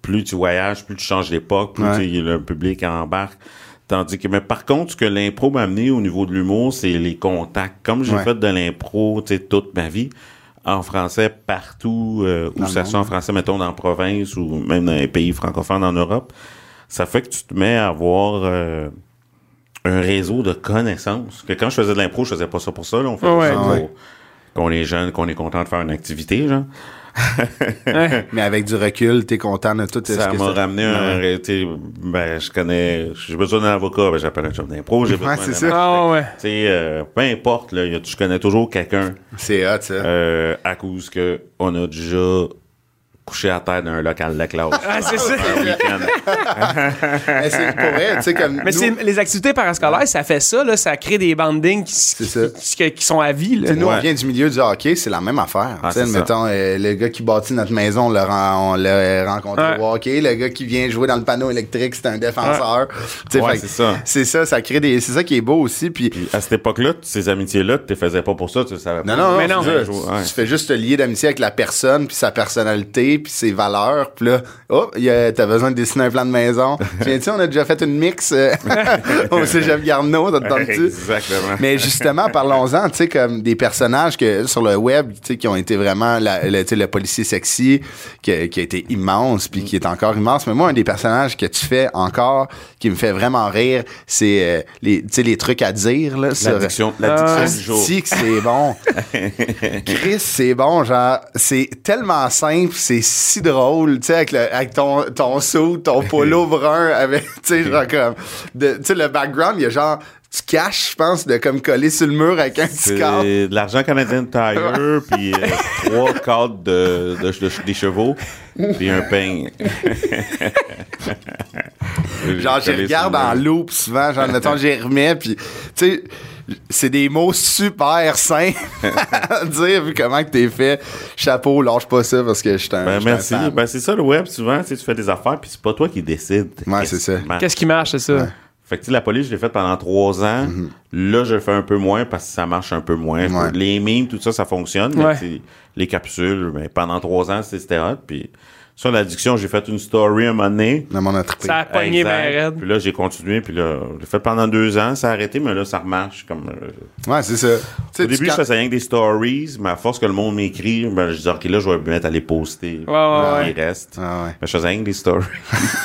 plus tu voyages, plus tu changes d'époque, plus Ouais. tu- le public embarque. Tandis que, mais par contre, ce que l'impro m'a amené au niveau de l'humour, c'est les contacts. Comme j'ai Ouais. fait de l'impro, tu sais, toute ma vie, en français, partout euh, où Dans le ça monde. soit en français, mettons, dans la province ou même dans les pays francophones en Europe, ça fait que tu te mets à avoir euh, un réseau de connaissances. Que quand je faisais de l'impro, je faisais pas ça pour ça, là. On faisait Ah Ouais. ça pour Ah Ouais. qu'on est jeune, qu'on est content de faire une activité, genre. Ouais. Mais avec du recul, t'es content de tout ce Ça que m'a ça- Ah ramené un. tu sais, Ben, je connais. J'ai besoin d'un avocat, ben, j'appelle un chum d'impro. J'ai besoin c'est ça. d'un- Ah, ouais. Tu sais, euh, peu importe, là, y a- je connais toujours quelqu'un C'est hot, ça. euh, à cause que on a déjà couché à terre dans un local de la classe. Ah, c'est ça. Un week-end. Mais c'est pour vrai, tu sais, comme. Mais nous- c'est- les activités parascolaires, ça fait ça, là, ça crée des bandings qui, s- ça. qui, qui- qui sont à vie. Tu Là. sais, nous, on Ouais. vient du milieu du hockey, c'est la même affaire. Ah, Tu sais, c'est ça. mettons, euh, le gars qui bâtit notre maison, on l'a, ren- on l'a rencontré Ouais. au hockey. Le gars qui vient jouer dans le panneau électrique, c'est un défenseur. Tu sais, Ouais, fait que c'est ça. C'est ça, ça crée des. C'est ça qui est beau aussi. Puis, Puis à cette époque-là, t- ces amitiés-là, tu les faisais pas pour ça, tu le savais non, pas. non, non, Mais non. c'est ça. Tu, tu fais juste te lier d'amitié avec la personne, puis sa personnalité, personnalité puis ses valeurs. Puis là, oh, il y a- t'as besoin de dessiner un plan de maison. Tiens, tu on a déjà fait une mix euh, au Cégep Garneau, ça te tente-tu? Exactement. Mais justement, parlons-en, tu sais, comme des personnages que, sur le web, tu sais, qui ont été vraiment, la, le, tu sais, le policier sexy, qui a, qui a été immense, puis qui est encore immense. Mais moi, un des personnages que tu fais encore, qui me fait vraiment rire, c'est euh, les, tu sais, les trucs à dire, là, sur... L'addiction, l'addiction Ah, du jour. si que c'est bon. Chris, c'est bon, genre, c'est tellement simple, c'est si drôle, tu sais, avec, le- avec ton, ton saut, ton polo brun, avec, tu sais, genre comme, de- tu sais, le background, il y a genre, tu caches, je pense, de comme coller sur le mur avec un petit cadre. C'est de l'argent canadien de Tire, puis euh, trois cadres de, de, de- des chevaux, puis un peigne. Genre, je regarde en loop souvent, genre, mettons, j'y remets, puis, tu sais, c'est des mots super simples à dire, vu comment que t'es fait. Chapeau, lâche pas ça, parce que je suis un, Ben, je suis un merci. fan. Ben, c'est ça le web, souvent, tu sais, tu fais des affaires, puis c'est pas toi qui décides. Ouais, c'est ça. Qu'est-ce- Qu'est-ce qui marche, c'est ça? Fait que, tu sais, la police, je l'ai faite pendant trois ans. Là, je le fais un peu moins parce que ça marche un peu moins. Mm-hmm. Ouais. Les mimes, tout ça, ça fonctionne. mais Ouais. tu sais, les capsules, ben, pendant trois ans, c'est- c'était hot. Puis, sur l'addiction, j'ai fait une story un moment donné. Non, mais on a trippé. Ça a pogné bien Exact. raide. Puis là, j'ai continué. Puis là, j'ai fait pendant deux ans. Ça a arrêté, mais là, ça remarche. Comme, euh, Ouais, c'est ça. Tu sais, Au tu début, ca- je faisais rien que des stories, mais à force que le monde m'écrit, ben, je disais, OK, là, je vais me mettre à les poster. Ouais, ouais, ouais. Il reste. Ah ouais. Mais je faisais rien que des stories.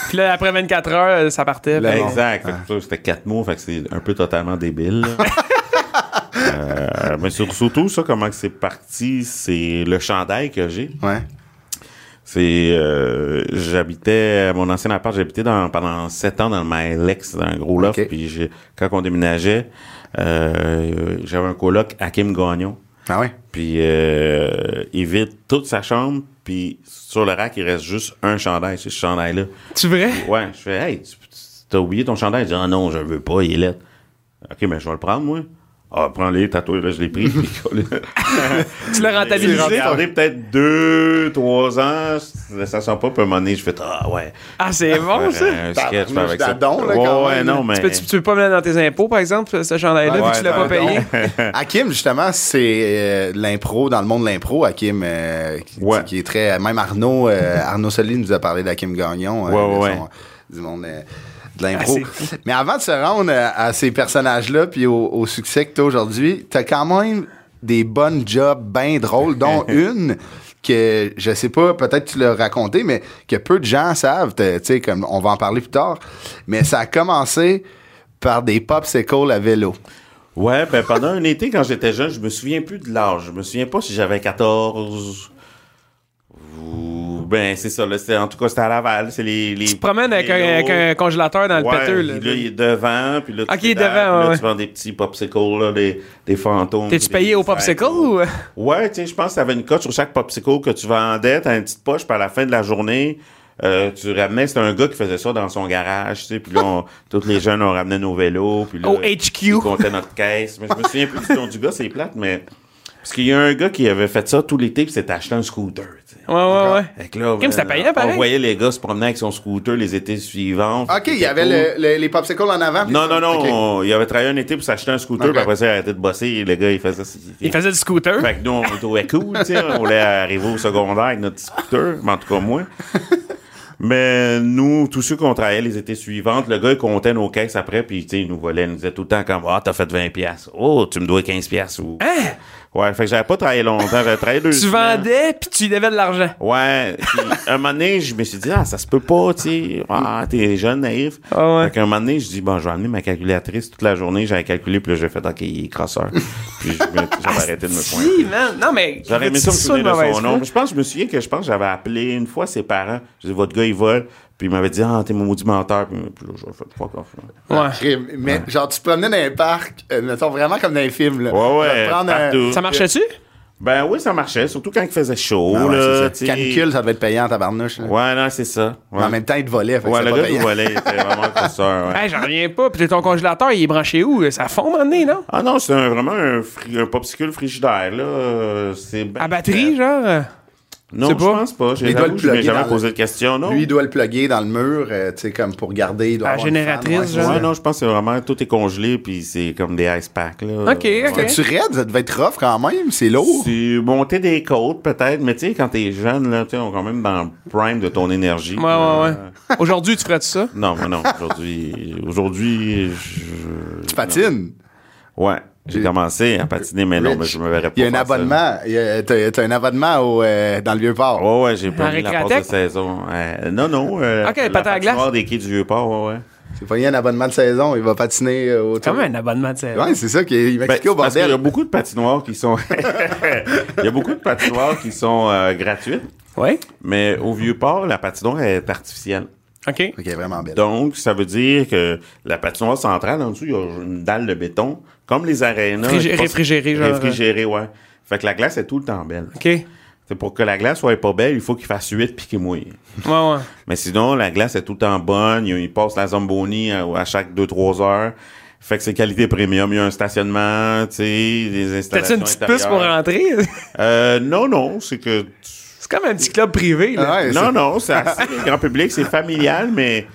Puis là, après 24 heures, euh, ça partait. Le- Ah. puis- bon. exact. Fait que ça, C'était quatre mots, fait que c'est un peu totalement débile. là. Euh, mais sur- surtout, ça, comment que c'est parti, c'est le chandail que j'ai. Ouais. C'est euh, j'habitais à mon ancien appart, j'habitais dans pendant sept ans dans le Maelex, dans un gros loft. Ok. Puis j'ai- quand on déménageait, euh, j'avais un coloc Hakim Gagnon. Ah ouais. Puis euh, il vide toute sa chambre, puis sur le rack il reste juste un chandail, c'est ce chandail-là. Tu vrai? Ouais, je fais hey, tu- tu- t'as oublié ton chandail. Il dit ah non, je le veux pas, il est laid. Ok, mais je vais le prendre moi. Ah, prends-les, tatoué, là, je l'ai pris. puis collé. Tu l'as J'ai rentabilisé? regardé peut-être deux, trois ans, ça sent pas, puis à un moment donné, je fais ah ouais. Ah, c'est bon, ça? faire un sketch Tabarnouche avec ça. d'adon, là, ouais, quand ouais, même. non, mais. Tu peux, tu- tu peux pas me mettre dans tes impôts, par exemple, ce chandail-là, vu que tu l'as pas payé? Hakim, justement, c'est euh, l'impro, dans le monde de l'impro, Hakim, euh, qui, Ouais. qui est très. Même Arnaud, euh, Arnaud Soli nous a parlé d'Hakim Gagnon. euh, Ouais, ouais, de son- ouais. du monde euh, de l'impro. Ah, Mais avant de se rendre euh, à ces personnages-là, puis au, au succès que t'as aujourd'hui, t'as quand même des bonnes jobs bien drôles, dont une que je sais pas, peut-être tu l'as raconté, mais que peu de gens savent, t'as- tu sais, comme on va en parler plus tard, mais ça a commencé par des popsicles à vélo. Ouais, ben pendant un été, quand j'étais jeune, je me souviens plus de l'âge. Je me souviens pas si j'avais 14. ou- Ben, c'est ça, là. c'était- En tout cas, c'était à Laval. C'est les, les. Tu te promènes avec un, les avec un congélateur dans le Ouais, péteux, là. puis il est devant, puis là, tu Ok, il est t'adaptes, devant, puis là, ouais, tu vends des petits popsicles, là, des, des fantômes. T'es-tu puis des payé au insectes. popsicle ou? Ouais, tiens, je pense que t'avais une cote sur chaque popsicle que tu vendais, t'as une petite poche, puis à la fin de la journée, euh, tu ramenais, c'était un gars qui faisait ça dans son garage, tu sais, puis là, on- tous les jeunes, on ramenait nos vélos, puis là, Au HQ. ils comptaient notre caisse, mais je me souviens plus du nom du gars, c'est plate, mais... Parce qu'il y a un gars qui avait fait ça tout l'été, puis s'était acheté un scooter, tu sais. Ouais, ouais, ouais. Fait que là, euh, Crime, ça payait, on pareil. voyait les gars se promener avec son scooter les étés suivants. OK, il y avait Cool. le- le- les popsicles en avant. puis- Non, non, non. OK. on- il avait travaillé un été pour s'acheter un scooter, Ok. puis après ça, il a arrêté de bosser. et le gars, il faisait ça. Il faisait du scooter. Fait que nous, on trouvait cool, tu sais. On voulait arriver au secondaire avec notre scooter, mais en tout cas, moi. Mais nous, tous ceux qu'on travaillait les étés suivantes, le gars, il comptait nos caisses après, puis, tu sais, il nous volait, il nous disait tout le temps comme, ah, t'as fait 20 piastres. Oh, tu me dois 15 piastres. Ou... Ouais, fait que j'avais pas travaillé longtemps, j'avais travaillé deux Hein? Tu semaines. vendais, puis tu lui devais de l'argent. Ouais. Puis, un moment donné, je me suis dit, ah, ça se peut pas, tu sais. Ah, t'es jeune, naïf. Ah ouais. Fait qu'un moment donné, je dis, bon, je vais amener ma calculatrice toute la journée. J'avais calculé, puis là, j'ai fait, OK, il est crosseur. puis, je me- j'avais arrêté de me pointer. Ah, Si, man. Non, mais. J'aurais aimé fais-tu ça me souvenir de de mauvaise son nom. foi? Je pense, je me souviens que je pense que j'avais appelé une fois ses parents. Je dis, votre gars, il vole. Puis il m'avait dit, ah, t'es mon maudit menteur. Puis, puis là, j'aurais fait, fuck off. Ouais. Crime. Mais genre, tu te promenais dans un parc, euh, mettons vraiment comme dans les films. Là. Ouais, ouais, Tu vas prendre partout. Ça marchait-tu? Ben oui, ça marchait, surtout quand il faisait chaud. Ah ouais, c'est là, ça. tu sais. Canicule, ça devait être payant, tabarnouche. là. Ouais, non, c'est ça. Mais Ouais, en même temps, il te volait. Fait que ouais c'est le pas gars, il payant. volait. Il était vraiment crosseur. Ouais. Hey, j'en reviens pas. Puis ton congélateur, il est branché où? Ça fond, un moment donné, non? Ah non, c'est un- vraiment un, fri- un popsicle frigidaire, là. euh, C'est ben À batterie, genre? Non, je C'est pas- pense pas. Il J'ai doit le j'avoue, je m'ai plugger jamais dans posé le- de question. Non. Lui, il doit le plugger dans le mur, euh, tu sais, comme pour garder. il doit La avoir une fan, génératrice, ouais, c'est genre. ça. Ouais, non, je pense que c'est vraiment tout est congelé, puis c'est comme des ice packs. Là. Ok, ok. Ouais. Tu raides, ça devait être rough quand même, c'est lourd. C'est monter des côtes, peut-être, mais tu sais, quand t'es jeune, là, tu sais, on est quand même dans le prime de ton énergie. Ouais, ouais, Euh, ouais. Aujourd'hui, tu ferais -tu ça? Non, moi, non, aujourd'hui, aujourd'hui, je- Tu patines. ouais, j'ai commencé à patiner, mais non, mais je me verrais pas. Il y a un faire ça. abonnement. il y a- T'as t'as un abonnement au, euh, dans le vieux port. Ouais, ouais, j'ai pas mis la récréatec? passe de saison. Euh, non, non. euh, Ok, patin à patinoire glace. des quais du Vieux-Port, ouais, ouais. C'est pas rien un abonnement de saison, il va patiner euh, C'est autour. quand même un abonnement de saison. Ouais, c'est ça qu'il Ben, m'expliquait c'est au parce qu'il y a bordel. beaucoup de patinoires qui sont. Il y a beaucoup de patinoires qui sont euh, gratuites, Ouais. mais au Vieux-Port, la patinoire est artificielle. OK. Ok, vraiment belle. Donc, ça veut dire que la patinoire centrale, en dessous, il y a une dalle de béton, comme les arénas. Frigé- Je pense- réfrigéré, genre. euh. Réfrigéré, ouais. Fait que la glace est tout le temps belle. OK. Ouais, C'est pour que la glace soit pas belle, il faut qu'il fasse 8 puis qu'il mouille. ouais. Mais sinon, la glace est tout le temps bonne. Il, il passe la Zamboni euh, à, à chaque 2-3 heures. Fait que c'est qualité premium. Il y a un stationnement, tu sais, des T'as-tu installations une petite piste pour intérieures. rentrer? Euh, non, non, c'est que... c'est comme un petit club privé, là. Ouais, non, c'est- non, c'est assez grand public, c'est familial, mais...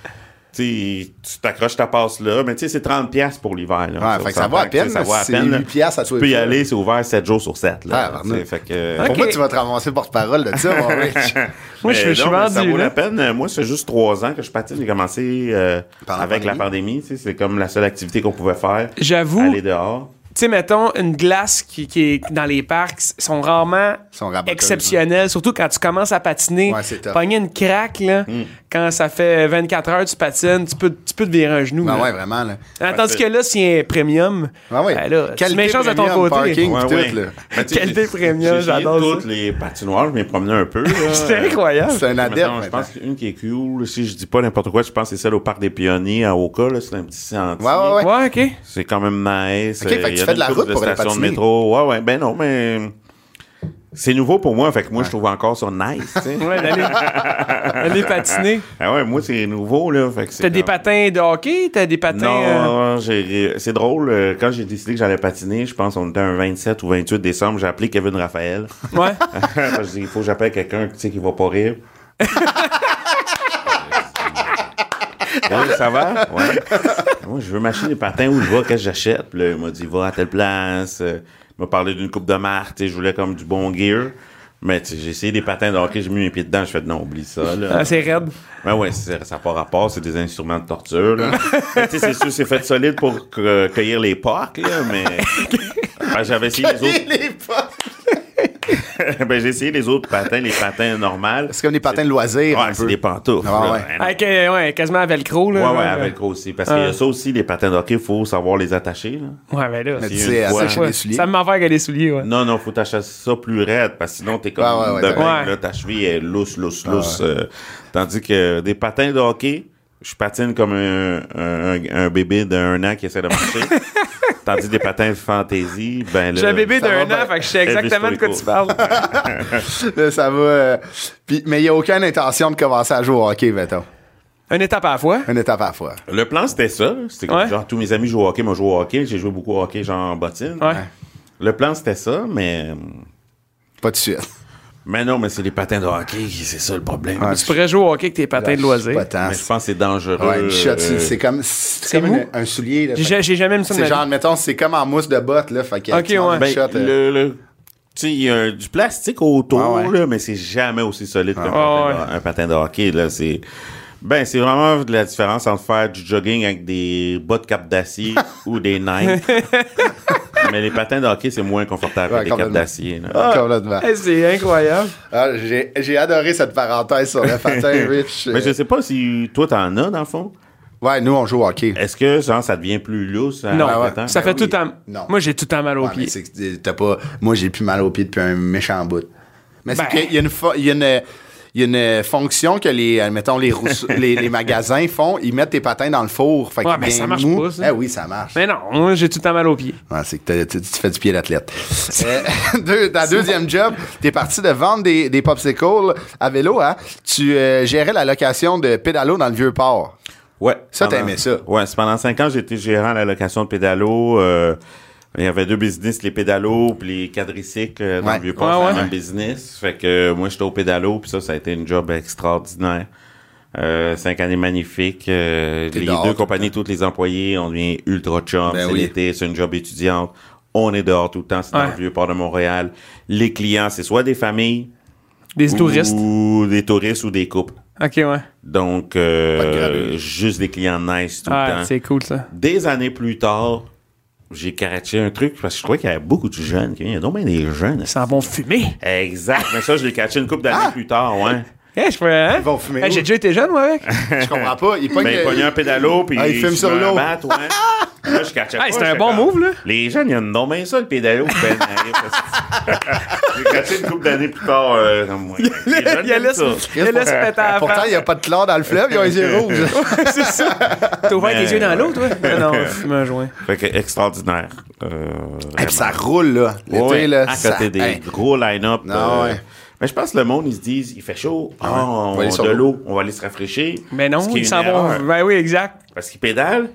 tu sais, tu t'accroches ta passe là, mais tu sais, c'est 30$ piastres pour l'hiver. là. Ouais, fait que ça va à peine, tu sais, Ça va à c'est peine. là. 8 piastres à tous Tu les peux y jours. aller, c'est ouvert 7 jours sur 7. Là, Ah, tu sais, pardon. fait que... Pourquoi Ok. tu vas te ramasser porte-parole de ça, mon Rich? Moi, je Mais suis- je suis non, mais Ça vaut vendu, la là. peine. Euh, Moi, c'est juste trois ans que je patine. J'ai commencé euh, Par la avec la pandémie. tu sais, C'est comme la seule activité qu'on pouvait faire. J'avoue, Aller tu dehors. sais, mettons, une glace qui, qui est dans les parcs s- sont rarement sont raboteuses, exceptionnelles, surtout quand tu commences à patiner. Ouais, c'est Hmm. tough. Pogner une craque, là, quand ça fait 24 heures tu patines, tu peux, tu peux te virer un genou. Ben là. ouais, vraiment, là. Ah, Tandis que là, s'il y a un premium, Ah ouais. ben là, tu Qualité mets chance à ton premium, côté. parking. Ouais, tout, ouais. là. Mais tu sais, Qualité j'ai- premium, j'ai essayé j'adore ça. toutes les patinoires. Je m'ai promené un peu. là. C'était Euh, incroyable. C'est un adepte. Mettons, Je maintenant. pense qu'une qui est cool, si je dis pas n'importe quoi, je pense que c'est celle au parc des pionniers à Oka, là, c'est un petit sentier. Ouais, ouais, ouais. Ouais, OK. C'est quand même nice. Ok, fait que Il tu y a fais de une la couple route pour aller stations de patiner. métro. Ouais, ouais, ben non, mais c'est nouveau pour moi, fait que moi je trouve encore ça nice, tu sais. Ouais, d'aller d'aller patiner. Ah ouais, moi c'est nouveau là, fait que c'est T'as des comme- patins de hockey? T'as des patins... euh, Non, j'ai- c'est drôle. euh, Quand j'ai décidé que j'allais patiner, je pense qu'on était un 27 ou 28 décembre, j'ai appelé Kevin Raphaël. euh, Ouais. Parce que j'ai dit, il faut que j'appelle quelqu'un tu sais, qui va pas rire. Ouais, ça va? Ouais. Moi, je veux m'acheter des patins où je vais, qu'est-ce que j'achète. Puis là, il m'a dit, va à telle place. Euh, Il m'a parlé d'une coupe de marque. tu sais, Je voulais comme du bon gear. Mais tu sais, j'ai essayé des patins de hockey, j'ai mis mes pieds dedans. Je fais, non, oublie ça. Là. Ah, c'est raide. Ben ouais, c'est- ça n'a pas rapport, c'est des instruments de torture. là. Mais tu sais, c'est sûr, c'est fait solide pour que- cueillir les porcs, là, mais. Ben, j'avais essayé les autres. Il est pas- ben, j'ai essayé les autres patins, les patins normaux. C'est comme des patins de loisirs. un Ouais, c'est peu. des pantoufles. Ah, là. ouais. Ben, non. Avec, euh, ouais, quasiment à velcro, là. Ouais, ouais, genre, avec euh, gros aussi. Parce qu'il y a ça aussi, les patins d'hockey, il faut savoir les attacher. Là. Ouais, ben là... Mais tu une sais, à fois. ça, Ouais, des souliers. Ça me m'en fait avec des souliers, ouais. Non, non, faut t'acheter ça plus raide, parce que sinon, t'es comme Ouais, ouais, ouais, de t'as- même, Ouais. là, ta cheville est lousse, lousse, lousse. euh, tandis que des patins de hockey, je patine comme un, un, un bébé d'un an qui essaie de marcher. tandis des patins de fantaisie, ben là... J'ai un bébé Ça va d'un bien. an, fait que je sais Elvis exactement de quoi tu Toico. parles. Là, ça va. euh, puis- mais il n'y a aucune intention de commencer à jouer au hockey, mettons. Une étape à la fois. Une étape à la fois. Le plan, c'était ça. là. C'était comme, Ouais. genre, tous mes amis jouent au hockey, moi, je joue au hockey. J'ai joué beaucoup au hockey, genre, en bottine. Ouais. Le plan, c'était ça, mais... Pas de suite. Mais non, mais c'est les patins de hockey, c'est ça le problème. Ouais. Tu pourrais jouer au hockey avec tes patins de Pas loisirs. tant. Mais je pense que c'est dangereux. Ah, Ouais, une shot, euh, c'est- c'est comme, c'est comme mou? une- un soulier. là. J'ai Fait que j'ai jamais mis ça de C'est ma vie. genre, mettons, c'est comme en mousse de botte, là. Fait que Ok, tu manges ouais. une Ben, shot, euh, le, le- tu sais, il y a du plastique autour, Ouais, Ah, ouais. là, mais c'est jamais aussi solide qu'un ouais, patin, de- un patin de hockey. Là, c'est, ben, c'est vraiment de la différence entre faire du jogging avec des bottes cap d'acier ou des Nike. mais les patins de hockey, c'est moins confortable Ouais, que des capes complètement. Ah, d'acier. là. complètement. Ah! Hey, Eh, C'est incroyable. Ah, j'ai j'ai adoré cette parenthèse sur le patin, Rich. Mais je sais pas si toi, t'en as, dans le fond. Ouais, nous, on joue au hockey. Est-ce que, genre, ça devient plus lousse? à- Non, à ouais. patin? ça Ben fait tout oui. le temps... Non. Moi, j'ai tout le temps mal aux Ouais, mais pieds. c'est que t'as pas. Moi, j'ai plus mal aux pieds depuis un méchant bout. Mais c'est Ben. qu'il y a une. fo- Il y a une il y a une fonction que les, euh, mettons, les, rousse- les, les magasins font, ils mettent tes patins dans le four. Fait Ouais, qu'il mais ça devient marche mou. pas, ça. Eh oui, ça marche. Mais non, moi, j'ai tout le temps mal aux pieds. Ouais, c'est que t'as- tu, tu fais du pied d'athlète. Euh, deux- ta deuxième job, t'es parti de vendre des, des popsicles à vélo, hein? Tu euh, gérais la location de pédalo dans le vieux port. Ouais. Ça, Pendant- t'aimais ça. Ouais, c'est pendant cinq ans, j'étais gérant à la location de pédalo. euh, Il y avait deux business, les pédalos puis les quadricycles euh, dans Ouais. le vieux port, Ouais, c'est le ouais. même business. Fait que euh, moi, j'étais au pédalo, puis ça, ça a été une job extraordinaire. Euh, cinq années magnifiques. euh, T'es les dehors tout deux le compagnies, tous les employés, on devient ultra chum. Ben c'est oui. l'été, c'est une job étudiante. On est dehors tout le temps, c'est dans Ouais. le vieux port de Montréal. Les clients, c'est soit des familles Des touristes. ou des touristes ou des couples. Ok, ouais. Donc, Pas de euh, gravure. juste des clients nice tout Ah, le temps. c'est cool ça. Des années plus tard, j'ai catché un truc parce que je trouvais qu'il y avait beaucoup de jeunes. Il y a donc bien des jeunes. Ils s'en vont fumer. Exact. Mais ça, je l'ai catché une couple d'années Ah! plus tard, ouais. Eh, je peux, hein? Ils vont fumer Eh, où? J'ai déjà été jeune, moi, avec. Je comprends pas. Il pogne Ben, il pognait un pédalo, puis Ah, il fume se sur met un l'eau. bat, ouais. Là, je catchais Ah, pas, c'était un j'étais bon comme, move, là. Les jeunes, ils aiment donc bien ça, le pédalo. Ben, allez, parce que- J'ai catché une couple d'années plus tard. euh, comme, ouais, les jeunes Il a aiment laissé ça. il a laissé péter à la Pourtant, il face. n'y a pas de chlore dans le fleuve, ils ont les yeux rouges. C'est ça. T'as ouvert Mais- les yeux dans l'eau, toi? Ah non, fume un joint. Fait que extraordinaire. Euh, Et puis ça vraiment. roule, là. L'été, Ouais, là, à côté ça- des hey. gros line-up. Non, euh, ouais. Mais je pense que le monde, ils se disent, il fait chaud, Ah, On on, va aller a sur de l'eau. l'eau, on va aller se rafraîchir. Mais Ce non, qui est ils une s'en erreur. vont. Ben oui, exact. Parce qu'ils pédalent,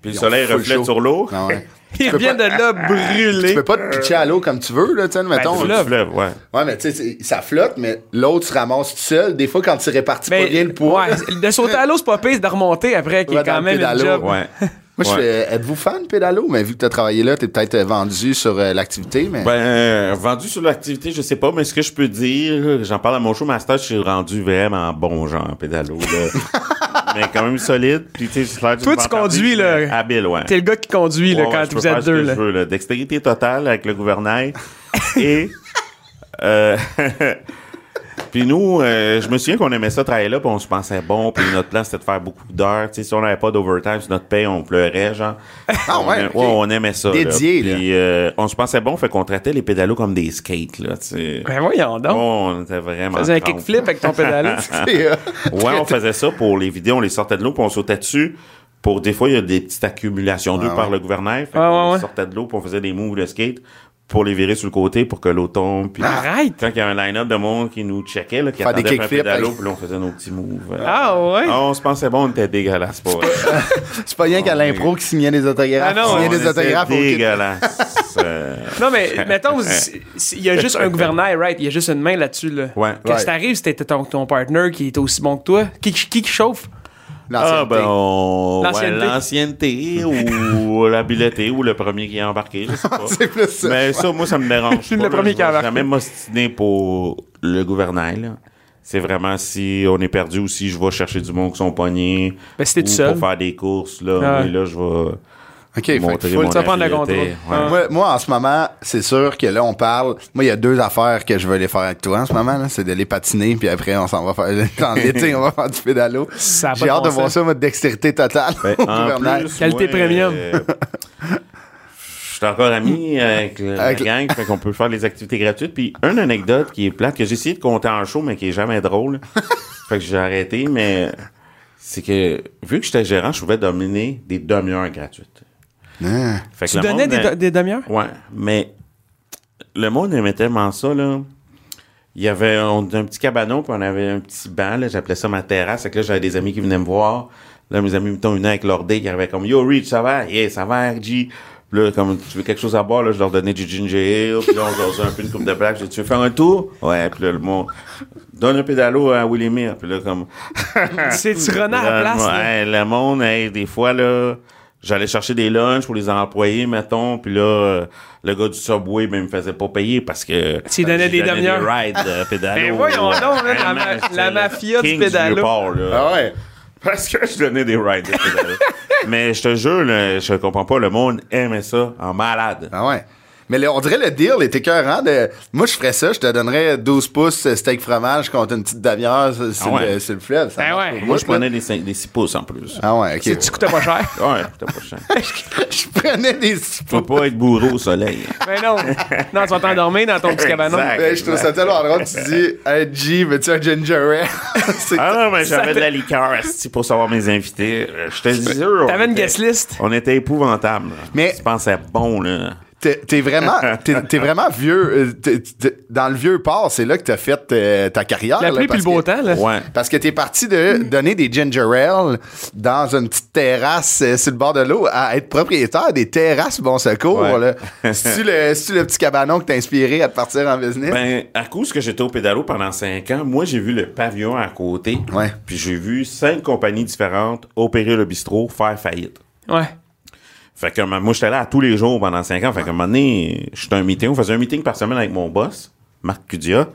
puis le Ils ont soleil full reflète chaud. sur l'eau. Ah ouais. Ils reviennent de là brûlés. Tu peux pas te pitcher à l'eau comme tu veux, là, tu sais, Ben, mettons. Sur le fleuve, ouais. ouais, mais tu sais, c'est- ça flotte, mais l'autre se ramasse tout seul. Des fois, quand tu répartis Mais- pas bien le poids. Ben, ouais, de sauter à l'eau, c'est pas pire, c'est de remonter après, qui Ouais, est dans quand le même une pédalo, job. Ouais. Moi, je Ouais. fais. Êtes-vous fan de pédalo? Mais vu que t'as travaillé là, t'es peut-être euh, vendu sur euh, l'activité, mais. Ben, euh, vendu sur l'activité, je sais pas, mais ce que je peux dire, j'en parle à mon show master, je suis rendu vraiment bon genre en pédalo. là. mais quand même solide. Puis, tu sais, je suis Toi, tu conduis, là. Habile, ouais. T'es le gars qui conduit là, Ouais, ouais, quand je peux vous faire êtes ce deux. que Là. je veux, là. Dextérité totale avec le gouvernail. et. euh, puis nous, euh, je me souviens qu'on aimait ça travailler là, puis on se pensait bon, puis notre plan c'était de faire beaucoup d'heures. Tu sais, si on n'avait pas d'overtime, si notre paye, on pleurait, genre. Ah on ouais, aim- ok. on aimait ça. Dédié, là. Puis euh, on se pensait bon, fait qu'on traitait les pédalos comme des skates, là, tu sais. Ben voyons donc. Oh, on était vraiment. Tu faisais un trempe. kickflip avec ton pédalo. Et, euh, Ouais, on faisait ça pour les vidéos, on les sortait de l'eau, puis on sautait dessus. Pour des fois, il y a des petites accumulations Ah d'eau par le gouvernail. Fait Ouais, qu'on Ah ouais, ouais. sortait de l'eau, puis on faisait des moves de skate pour les virer sur le côté pour que l'eau tombe. Puis Arrête! Quand il y a un line-up de monde qui nous checkait, là, qui Faire des attendait un kickflips, pédalo, hein. puis là, on faisait nos petits moves. Ah ouais? Ah, on se pensait bon, on était dégueulasse pas vrai. c'est pas rien qu'à l'impro qui signait des autographes. Ah non, qui Ah. On signait des était autographes au kit. dégueulasse. Euh, Non, mais mettons, si- si- il y a juste un gouvernail, right? Il y a juste une main là-dessus. Là. Ouais. Quand Ouais. t'arrives, si t'étais ton, ton partner qui était aussi bon que toi, qui qui, qui chauffe? Ah, L'ancienneté. ben, on... ouais, L'ancienneté. l'ancienneté ou l'habileté ou le premier qui est embarqué, je sais pas. C'est plus ça. Mais ça, moi, ça me dérange suis pas, le là. premier Je qui a vais embarqué. jamais m'ostiner pour le gouvernail. là. C'est vraiment si on est perdu ou si je vais chercher du monde qui sont pognés. Ben, si t'es ou tout seul. Pour faire des courses, là. Ah. Mais là, je vais OK, fait que montrer full mon ça prendre le habileté. contrôle. Ouais. Moi, moi, en ce moment, c'est sûr que là, on parle. Moi, il y a deux affaires que je veux aller faire avec toi en ce moment. là. C'est d'aller patiner, puis après, on s'en va faire. Dans l'été, on va faire du pédalo. Ça a pas J'ai de hâte de bon voir sens. ça, votre dextérité totale. Ben, au en gouvernail. plus, Qualité moi, premium. euh, Je suis encore ami avec la Avec le- gang, fait qu'on peut faire des activités gratuites. Puis une anecdote qui est plate, que j'ai essayé de compter en show, mais qui est jamais drôle. fait que j'ai arrêté, mais c'est que vu que j'étais gérant, je pouvais dominer des demi-heures gratuites. Fait que Tu le donnais monde, des, euh, des demi-heures? Ouais, mais le monde aimait tellement ça, là. Il y avait on- un petit cabanon, puis on avait un petit banc, là. J'appelais ça ma terrasse. Fait que là, j'avais des amis qui venaient me voir. Là, mes amis, mettons, une avec leur dé, qui arrivaient comme, yo, Rich, ça va? Yeah, ça va, RG. Puis là, comme, tu veux quelque chose à boire, là, je leur donnais du ginger ale. Puis là, on faisait un peu une coupe de blague. J'ai dit, tu veux faire un tour? Ouais, puis là, le monde, donne un pédalo à Willemir. Puis là, comme, C'est tu renais à la Là, place. moi, là. hey, le monde, hey, des fois, là, j'allais chercher des lunchs pour les employés, mettons, puis là, euh, le gars du Subway, ben, il me faisait pas payer parce que... Tu lui donnais des j'ai donné demi-heures. Des rides euh, pédalo. Ben voyons là. donc, là, la Vraiment, ma- j'étais la le mafia du king pédalo. Vieux-Port, là. Ah ouais. Parce que je donnais des rides de pédalo. Mais je te jure, là, je comprends pas, le monde aimait ça en malade. Ah ouais. Mais le- on dirait le deal est écœurant. De... Moi, je ferais ça. Je te donnerais 12 pouces euh, steak fromage contre une petite demi-heure sur, sur Ah ouais. le, sur le fleuve. Ça Ben marche ouais. pour Moi, je là. prenais des, cinq- des 6 pouces en plus. Ah ouais, ok. Tu coûtais pas cher. Ouais, putain, pas chiant. Je prenais des six Faut pouces. pas être bourreau au soleil. Mais Ben non. Non, tu vas t'endormir dans ton petit cabanon. Exact. Ben, je trouve ça tellement drôle. Tu dis, hey G, veux-tu un ginger ale? C'est- Ah non, mais j'avais de la liqueur asti, pour savoir mes invités. Euh, Je te dis, eux, on T'avais une était- guest list. On était épouvantables. là. Mais- Je pensais bon, là. T'es t'es vraiment, t'es- t'es vraiment vieux. euh, t'es- t'es- dans le vieux port, c'est là que t'as fait euh, ta carrière. La là, pluie puis parce le beau que- temps, là. Ouais. Parce que t'es parti de donner des ginger ale dans une petite terrasse euh, sur le bord de l'eau à être propriétaire des terrasses Bon Secours. Ouais. là. C'est-tu le, c'est-tu le petit cabanon que t'as inspiré à te partir en business? Ben, à cause que j'étais au pédalo pendant cinq ans, moi, j'ai vu le pavillon à côté. Ouais. Puis j'ai vu cinq compagnies différentes opérer le bistrot, faire faillite. Ouais. Ah, Fait que moi, j'étais là tous les jours pendant cinq ans. Fait qu'à un moment donné, j'étais à un meeting. On faisait un meeting par semaine avec mon boss, Marc Cudia,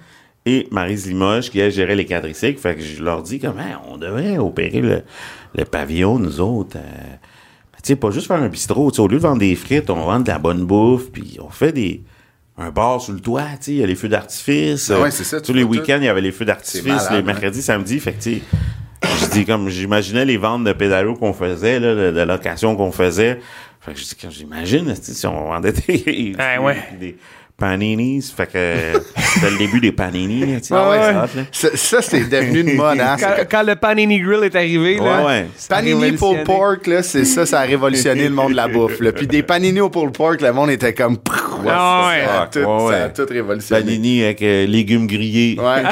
et Marise Limoges, qui elle, gérait les quadricycles. Fait que je leur dis comment on devrait opérer le, le pavillon, nous autres. euh, ben, tu sais, pas juste faire un bistrot. Tu sais, au lieu de vendre des frites, on vend de la bonne bouffe, puis on fait des. Un bar sur le toit, tu sais, il y a les feux d'artifice. Ah ouais, Euh, c'est ça, tu Tous les peux tout- week-ends, il y avait les feux d'artifice, malade, les hein. mercredis, samedis. Fait que, tu sais, je dis comme j'imaginais les ventes de pédalos qu'on faisait, là, de, de location qu'on faisait. Fait que je dis comme j'imagine esti, si on vendait des, Ah ouais. des paninis, fait que c'était le début des paninis, là, tu sais. Ah ouais. c'est hot, là. Ça, ça, c'est devenu une mode. hein? Quand, quand le Panini Grill est arrivé, là. Ouais, ouais. ça a Panini pour révolutionné. pork, là, c'est ça, ça a révolutionné le monde de la bouffe. là. Puis des panini au pulled pork, le monde était comme... Ah ouais. ça, a tout, Ouais, ouais. ça a tout révolutionné. Panini avec euh, légumes grillés. Ouais.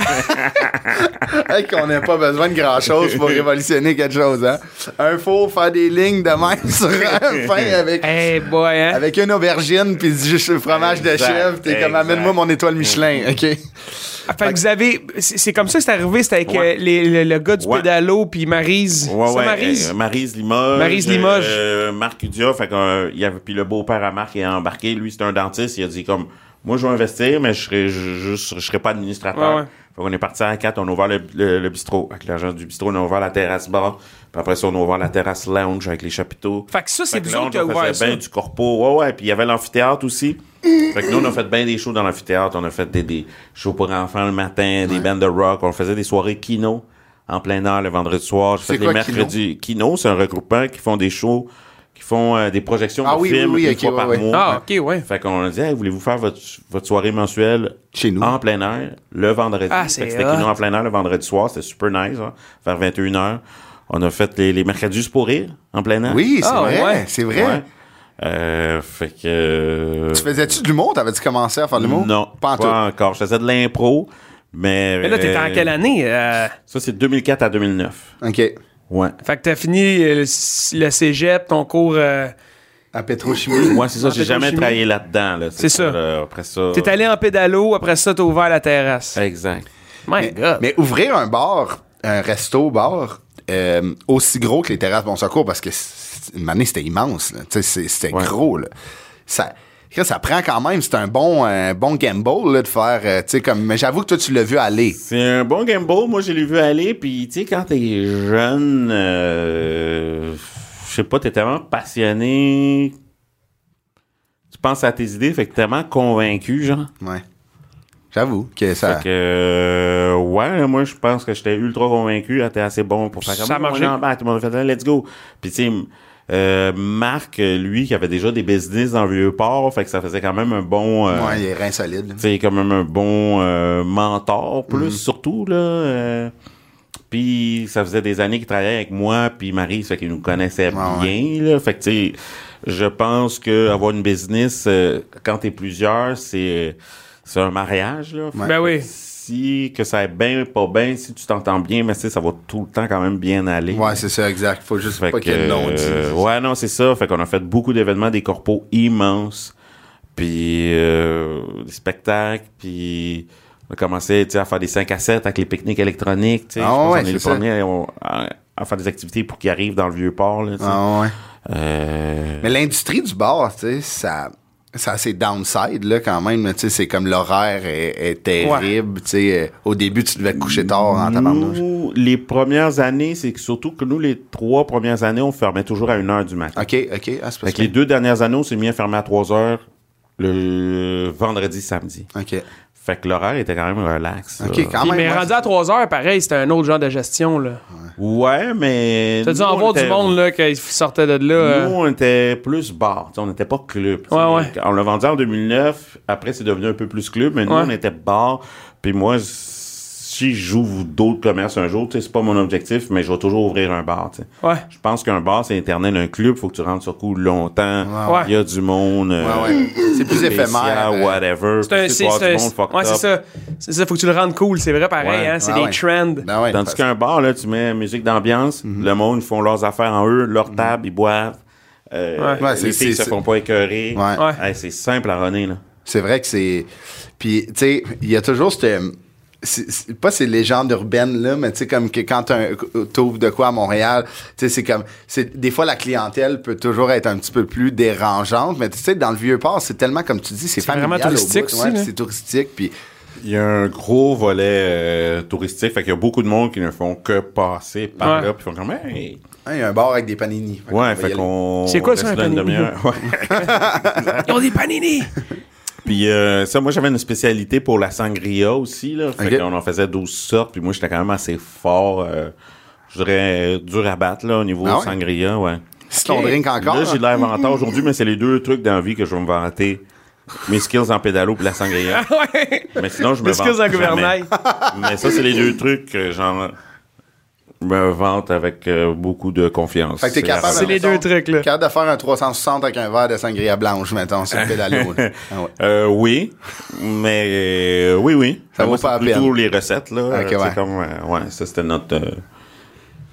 Hey, qu'on n'ait pas besoin de grand-chose pour révolutionner quelque chose, hein. Un four, faire des lignes de même sur un pain avec, Hey boy, hein? avec une aubergine puis du juste le fromage de Exact, chèvre. T'es comme, exact. amène-moi mon étoile Michelin, OK? Ah, Fait que vous avez. C'est c'est comme ça que c'est arrivé, c'était avec euh, Ouais. les- le, le gars du Ouais. pédalo puis Marise. Ouais, c'est ouais, Marise. euh, Maryse Limoges. Maryse Limoges. euh, Marc Udia, fait que, euh, il y avait, puis le beau-père à Marc est embarqué. Lui, c'était un dentiste. Il a dit comme, moi, je veux investir, mais je serai, je, juste, je serai pas administrateur. Ouais, ouais. Fait qu'on est parti à 4, on a ouvert le, le- le bistrot. Avec l'agence du bistrot, on a ouvert la terrasse bar. Puis après ça, on a ouvert la terrasse lounge avec les chapiteaux. Fait que ça, c'est Fait que vous là, autres qui avez on ouvert faisait ça. bien du corpo. Ouais, ouais. Puis il y avait l'amphithéâtre aussi. fait que nous, on a fait bien des shows dans l'amphithéâtre. On a fait des, des shows pour enfants le matin, des bands de rock. On faisait des soirées kino en plein air le vendredi soir. J'ai fait quoi, les mercredis. Kino, c'est un regroupement qui font des shows, qui font euh, des projections Ah de oui, films oui, oui, une ok, fois ouais, par ouais. mois. Ah, ok, ouais. Fait qu'on a dit, Hey, voulez-vous faire votre, votre soirée mensuelle Chez nous. en plein air le vendredi? Ah, Fait c'est que C'était hot. Kino en plein air le vendredi soir. C'était super nice, hein, vers 21h. On a fait les, les mercredis pour rire en plein air. Oui, c'est Ah, vrai, ouais. c'est vrai. Ouais. Euh, fait que. Hein? Tu faisais-tu de l'humour? T'avais-tu commencé à faire de l'humour? Non, Pas en tout. encore. Je faisais de l'impro, mais. Mais là, t'étais en euh, quelle année? euh? Ça, c'est 2004 à 2009. OK. Ouais. Fait que t'as fini euh, le, le cégep, ton cours. euh, À pétrochimie. Moi, c'est ça, En j'ai jamais pétrochimie. travaillé là-dedans. Là, C'est ça. là, après ça. T'es allé en pédalo, après ça, t'as ouvert la terrasse. Exact. My Mais, God. mais ouvrir un bar, un resto-bar, euh, aussi gros que les terrasses Bon Secours, parce que c'est- une année, c'était immense. là. Tu sais, c'est- C'était Ouais. gros. Là. Ça, ça, ça prend quand même. C'est un bon, un bon gamble là, de faire. euh, tu sais, comme, mais j'avoue que toi, tu l'as vu aller. C'est un bon gamble. Moi, je l'ai vu aller. Puis, tu sais, quand t'es jeune, euh, je sais pas, t'es tellement passionné. Tu penses à tes idées, fait que t'es tellement convaincu, genre. Ouais. J'avoue que ça. Fait que, euh, ouais, moi, je pense que j'étais ultra convaincu. Ah, t'es assez bon pour faire comme Ça a Oh, on marché. est en bas. Tout le monde a fait, Ah, let's go. Puis, tu sais, euh, Marc, euh, lui, qui avait déjà des business dans le vieux port, fait que ça faisait quand même un bon, euh, Ouais, il est rein solide. là. tu sais, quand même un bon euh, mentor, plus Mm. surtout, là. euh, puis ça faisait des années qu'il travaillait avec moi, puis Marie, ça fait qu'il nous connaissait Ouais, bien, là. Fait que, tu sais, je pense que avoir une business, euh, quand t'es plusieurs, c'est c'est un mariage, là. Fait Ouais. Ben oui. si que ça aille bien, pas bien, si tu t'entends bien, mais tu sais, ça va tout le temps quand même bien aller. Ouais, c'est ça, exact. Faut juste Fait pas que, qu'il y ait de non-dit. euh, ouais, non, c'est ça. Fait qu'on a fait beaucoup d'événements, des corpos immenses, puis euh, des spectacles, puis on a commencé tu sais, à faire des 5 à 7 avec les pique-niques électroniques. tu sais. Ah Je pense ouais, qu'on est c'est les ça. premiers à, à- à faire des activités pour qu'ils arrivent dans le vieux port. Là, tu sais. Ah, ouais. Euh, Mais l'industrie du bar, tu sais, ça, ça a ses downsides, là, quand même. là, Tu sais, c'est comme l'horaire est, est terrible. Tu sais, euh, au début, tu devais te coucher tard en tabarnouche. nous, les premières années, c'est que surtout que nous, les trois premières années, on fermait toujours à 1 heure du matin. OK, OK. Ah, c'est Fait parce que les deux dernières années, on s'est mis à fermer à 3 heures le vendredi, samedi. OK. Fait que l'horaire était quand même relax. OK, là. quand Euh, Puis, même. mais ouais. rendu à 3 heures, pareil, c'était un autre genre de gestion, là. Ouais, mais. T'as dû nous, en on voir du était- monde, là, qui sortait de là. euh. Nous, on était plus bar. tu sais, On n'était pas club. tu sais. Ouais, ouais. On l'a vendu en 2009. Après, c'est devenu un peu plus club. Mais nous, Ouais. on était bar. Puis moi, c- si j'ouvre d'autres commerces un jour, tu sais, c'est pas mon objectif, mais je vais toujours ouvrir un bar, tu sais. Ouais. Je pense qu'un bar, c'est internet, un club, faut que tu rentres sur coup longtemps. Ouais. Il y a du monde. euh, Ouais, ouais. C'est plus spécial, éphémère. euh, whatever. C'est un- Tu sais, c'est- tu vas avoir c'est du monde un- fucked ouais, c'est up. ça. C'est ça, faut que tu le rendes cool, c'est vrai pareil, Ouais. hein, c'est Ah des ouais. trends. Ben ouais, Tandis parce- Mhm. qu'un bar, là, tu mets musique d'ambiance, le monde, ils font leurs affaires en eux, leur table, ils boivent. Euh, Ouais. Ouais, les c'est- filles c'est- se font pas écœurer. Ouais. Ouais. Hey, c'est simple à runner, là. C'est vrai que c'est. Puis, tu sais, il y a toujours cette. c'est- c'est- pas ces légendes urbaines là mais tu sais comme que quand tu ouvres de quoi à Montréal tu sais c'est comme c'est des fois la clientèle peut toujours être un petit peu plus dérangeante mais tu sais dans le vieux port c'est tellement comme tu dis c'est vraiment familial au touristique bout, aussi, ouais, là. c'est touristique puis Il y a un gros volet euh, touristique, fait qu'il y a beaucoup de monde qui ne font que passer par Ouais. là, puis ils font comme hey. hein, il y a un bar avec des panini qu'on va ben, y Ouais, fait aller. qu'on. C'est quoi on ça, reste un là une panini? demi-heure. Ouais. Ils ont des panini. Puis euh, ça, moi, j'avais une spécialité pour la sangria aussi. Là. Fait Ok. qu'on en faisait 12 sortes. Puis moi, j'étais quand même assez fort. euh, je dirais euh, dur à battre là, au niveau Ah ouais? sangria. Ouais. si ton drink encore là, j'ai hein? de l'air vantant aujourd'hui, mais c'est les deux trucs dans la vie que je vais me vanter. Mes skills en pédalo puis la sangria. ouais. mais sinon, je me Mes vante skills en jamais. gouvernail. mais ça, c'est les deux trucs que j'en me vante avec euh, beaucoup de confiance. fait que t'es C'est capable la C'est les mettons, deux trucs, là. capable de faire un 360 avec un verre de sangria blanche mettons sur le pédalo là. Ah ouais. Euh, oui, mais euh, oui, oui. Ça vaut Moi, pas c'est la peine. plutôt les recettes, là. Ok, C'est ouais. comme, euh, ouais, ça, c'était notre... euh,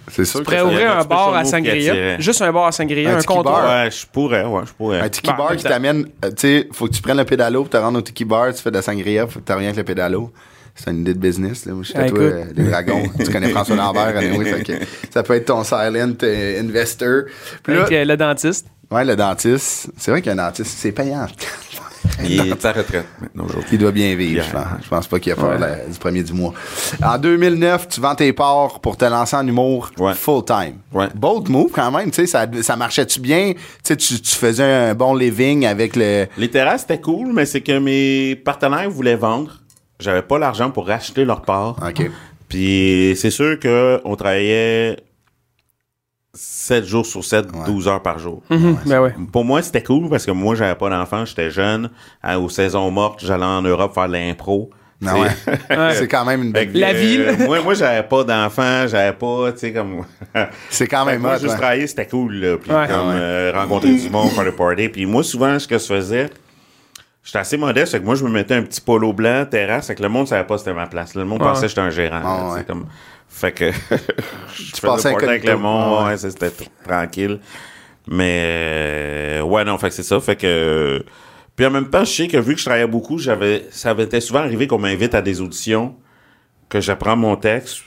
c'est sûr Tu que ça- pourrais Pourrais ouvrir un un petit peu bar sur le à mot qui sangria. attirait. Juste un bar à sangria, Un un tiki comptoir. bar. Ouais, je pourrais, ouais, je pourrais. Un tiki Bah, bar qui exact. t'amène, euh, tu sais, faut que tu prennes le pédalo, puis te rendre au tiki bar, tu fais de la sangria, faut que tu reviens avec le pédalo. C'est une idée de business, là. Moi, je suis Ah, tatoué, écoute. euh, les dragons. tu connais François Lambert, anyway, fait que ça peut être ton silent euh, investor. Puis là, Avec euh, le dentiste. ouais, le dentiste. C'est vrai qu'il y a un dentiste, c'est payant. Il est à retraite maintenant aujourd'hui. Il doit bien vivre, Bien. je pense. Je pense pas qu'il a peur la- du premier du mois. En 2009, tu vends tes parts pour te lancer en humour Ouais. full-time. Ouais. Bold move, quand même. Tu sais, ça, ça marchait-tu bien? Tu sais, tu tu faisais un bon living avec le... Les terrasses, c'était cool, mais c'est que mes partenaires voulaient vendre. J'avais pas l'argent pour racheter leur part. OK. Puis c'est sûr que on travaillait 7 jours sur 7, 12 heures par jour. Mhm, Ben ouais. Pour moi, c'était cool parce que moi, j'avais pas d'enfant, j'étais jeune. Hein, aux saisons mortes, j'allais en Europe faire de l'impro. Ah C'est- ouais. C'est quand même une Fait belle que, euh, La ville. moi, moi j'avais pas d'enfants, j'avais pas, tu sais, comme. C'est quand Fait que même moi, hot, hein. juste ouais. travailler, c'était cool, là. Puis, Ouais. comme, Ah ouais. euh, rencontrer du monde, faire le party. Puis, moi, souvent, ce que je faisais, j'étais assez modeste, fait que moi, je me mettais un petit polo blanc, terrasse, fait que le monde savait pas c'était ma place. là. Le monde pensait que j'étais un gérant. là, Ah tu sais, ouais. comme... Fait que. je faisais passais le party avec incognito. le monde, Ah ouais. ouais, ça, c'était tr- tranquille. Mais, euh, ouais, non, fait que c'est ça, fait que. Puis, en même temps, je sais que vu que je travaillais beaucoup, j'avais, ça m'était souvent arrivé qu'on m'invite à des auditions, que j'apprends mon texte,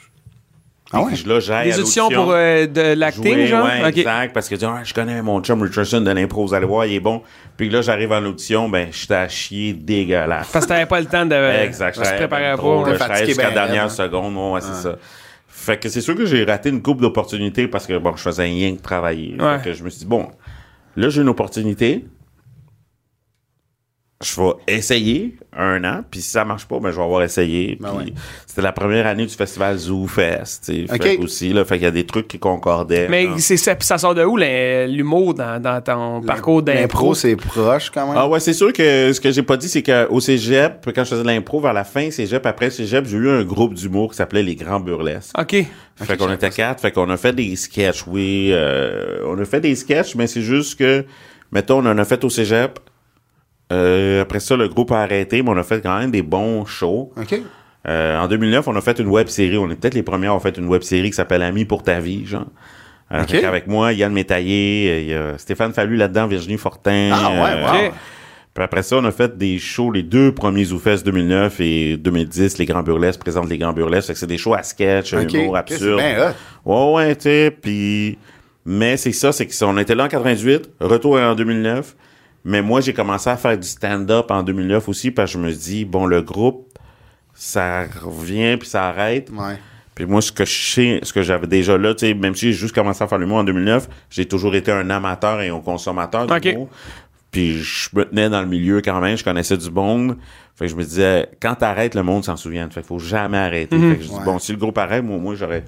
Ah ouais? puis là, j'aille à Des auditions l'audition pour euh, de l'acting, jouer, genre? ouais, Ok. exact, parce que tu dis, Ah, je connais mon chum Richardson de l'impro, vous allez voir, il est bon. Puis là, j'arrive en audition, ben, j'étais à chier dégueulasse. Parce que t'avais pas le temps de, exact, de se préparer à trop, voir. là, T'es je travaillais fatigué jusqu'à la ben dernière raide, seconde, ouais, c'est ça. Fait que c'est sûr que j'ai raté une coupe d'opportunités parce que, bon, je faisais rien que travailler. Ouais. Fait que je me suis dit, bon, là, j'ai une opportunité. Je vais essayer un an, puis si ça marche pas, ben je vais avoir essayé. Ben Puis ouais. C'était la première année du festival Zoo Fest, tu sais. Ok. Fait que aussi, là, fait qu'il y a des trucs qui concordaient. hein. Mais là. c'est ça, puis ça sort de où l'in- l'humour dans, dans ton parcours d'impro? L'impro, c'est proche quand même. Ah ouais, c'est sûr que ce que j'ai pas dit, c'est qu'au cégep, quand je faisais de l'impro, vers la fin cégep, après cégep, j'ai eu un groupe d'humour qui s'appelait Les Grands Burlesques. OK. Ah, fait qu'on était quatre, fait qu'on a fait des sketchs, oui. euh, on a fait des sketchs, mais c'est juste que, mettons, on en a fait au cégep. Euh, après ça, le groupe a arrêté, mais on a fait quand même des bons shows. OK. Euh, en 2009, on a fait une web série. On est peut-être les premiers à avoir fait une web série qui s'appelle Amis pour ta vie, genre. Euh, Ok. fait qu'avec moi, Yann Métaillé, euh, il y a Stéphane Fallu là-dedans, Virginie Fortin. euh, Ah ouais, wow. Ok. Puis après ça, on a fait des shows, les deux premiers Zoufest 2009 et 2010, les Grands Burlesques présentent les Grands Burlesques. Fait que c'est des shows à sketch, OK. humour Chris, absurde. ben hot. Ouais, ouais, tu sais, puis... Mais c'est ça, c'est qu'on était là en 98, retour en 2009, mais moi, j'ai commencé à faire du stand-up en 2009 aussi, parce que je me dis, bon, le groupe, ça revient, puis ça arrête. Ouais. Puis moi, ce que je sais, ce que j'avais déjà là, tu sais, même si j'ai juste commencé à faire l'humour en 2009, j'ai toujours été un amateur et un consommateur Ok. d'humour. Puis je me tenais dans le milieu quand même, je connaissais du monde. Fait que je me disais, quand t'arrêtes, le monde s'en souvient. Fait qu'il faut jamais arrêter. Mhm. Fait que je dis, Ouais. bon, si le groupe arrête, moi, moi j'aurais,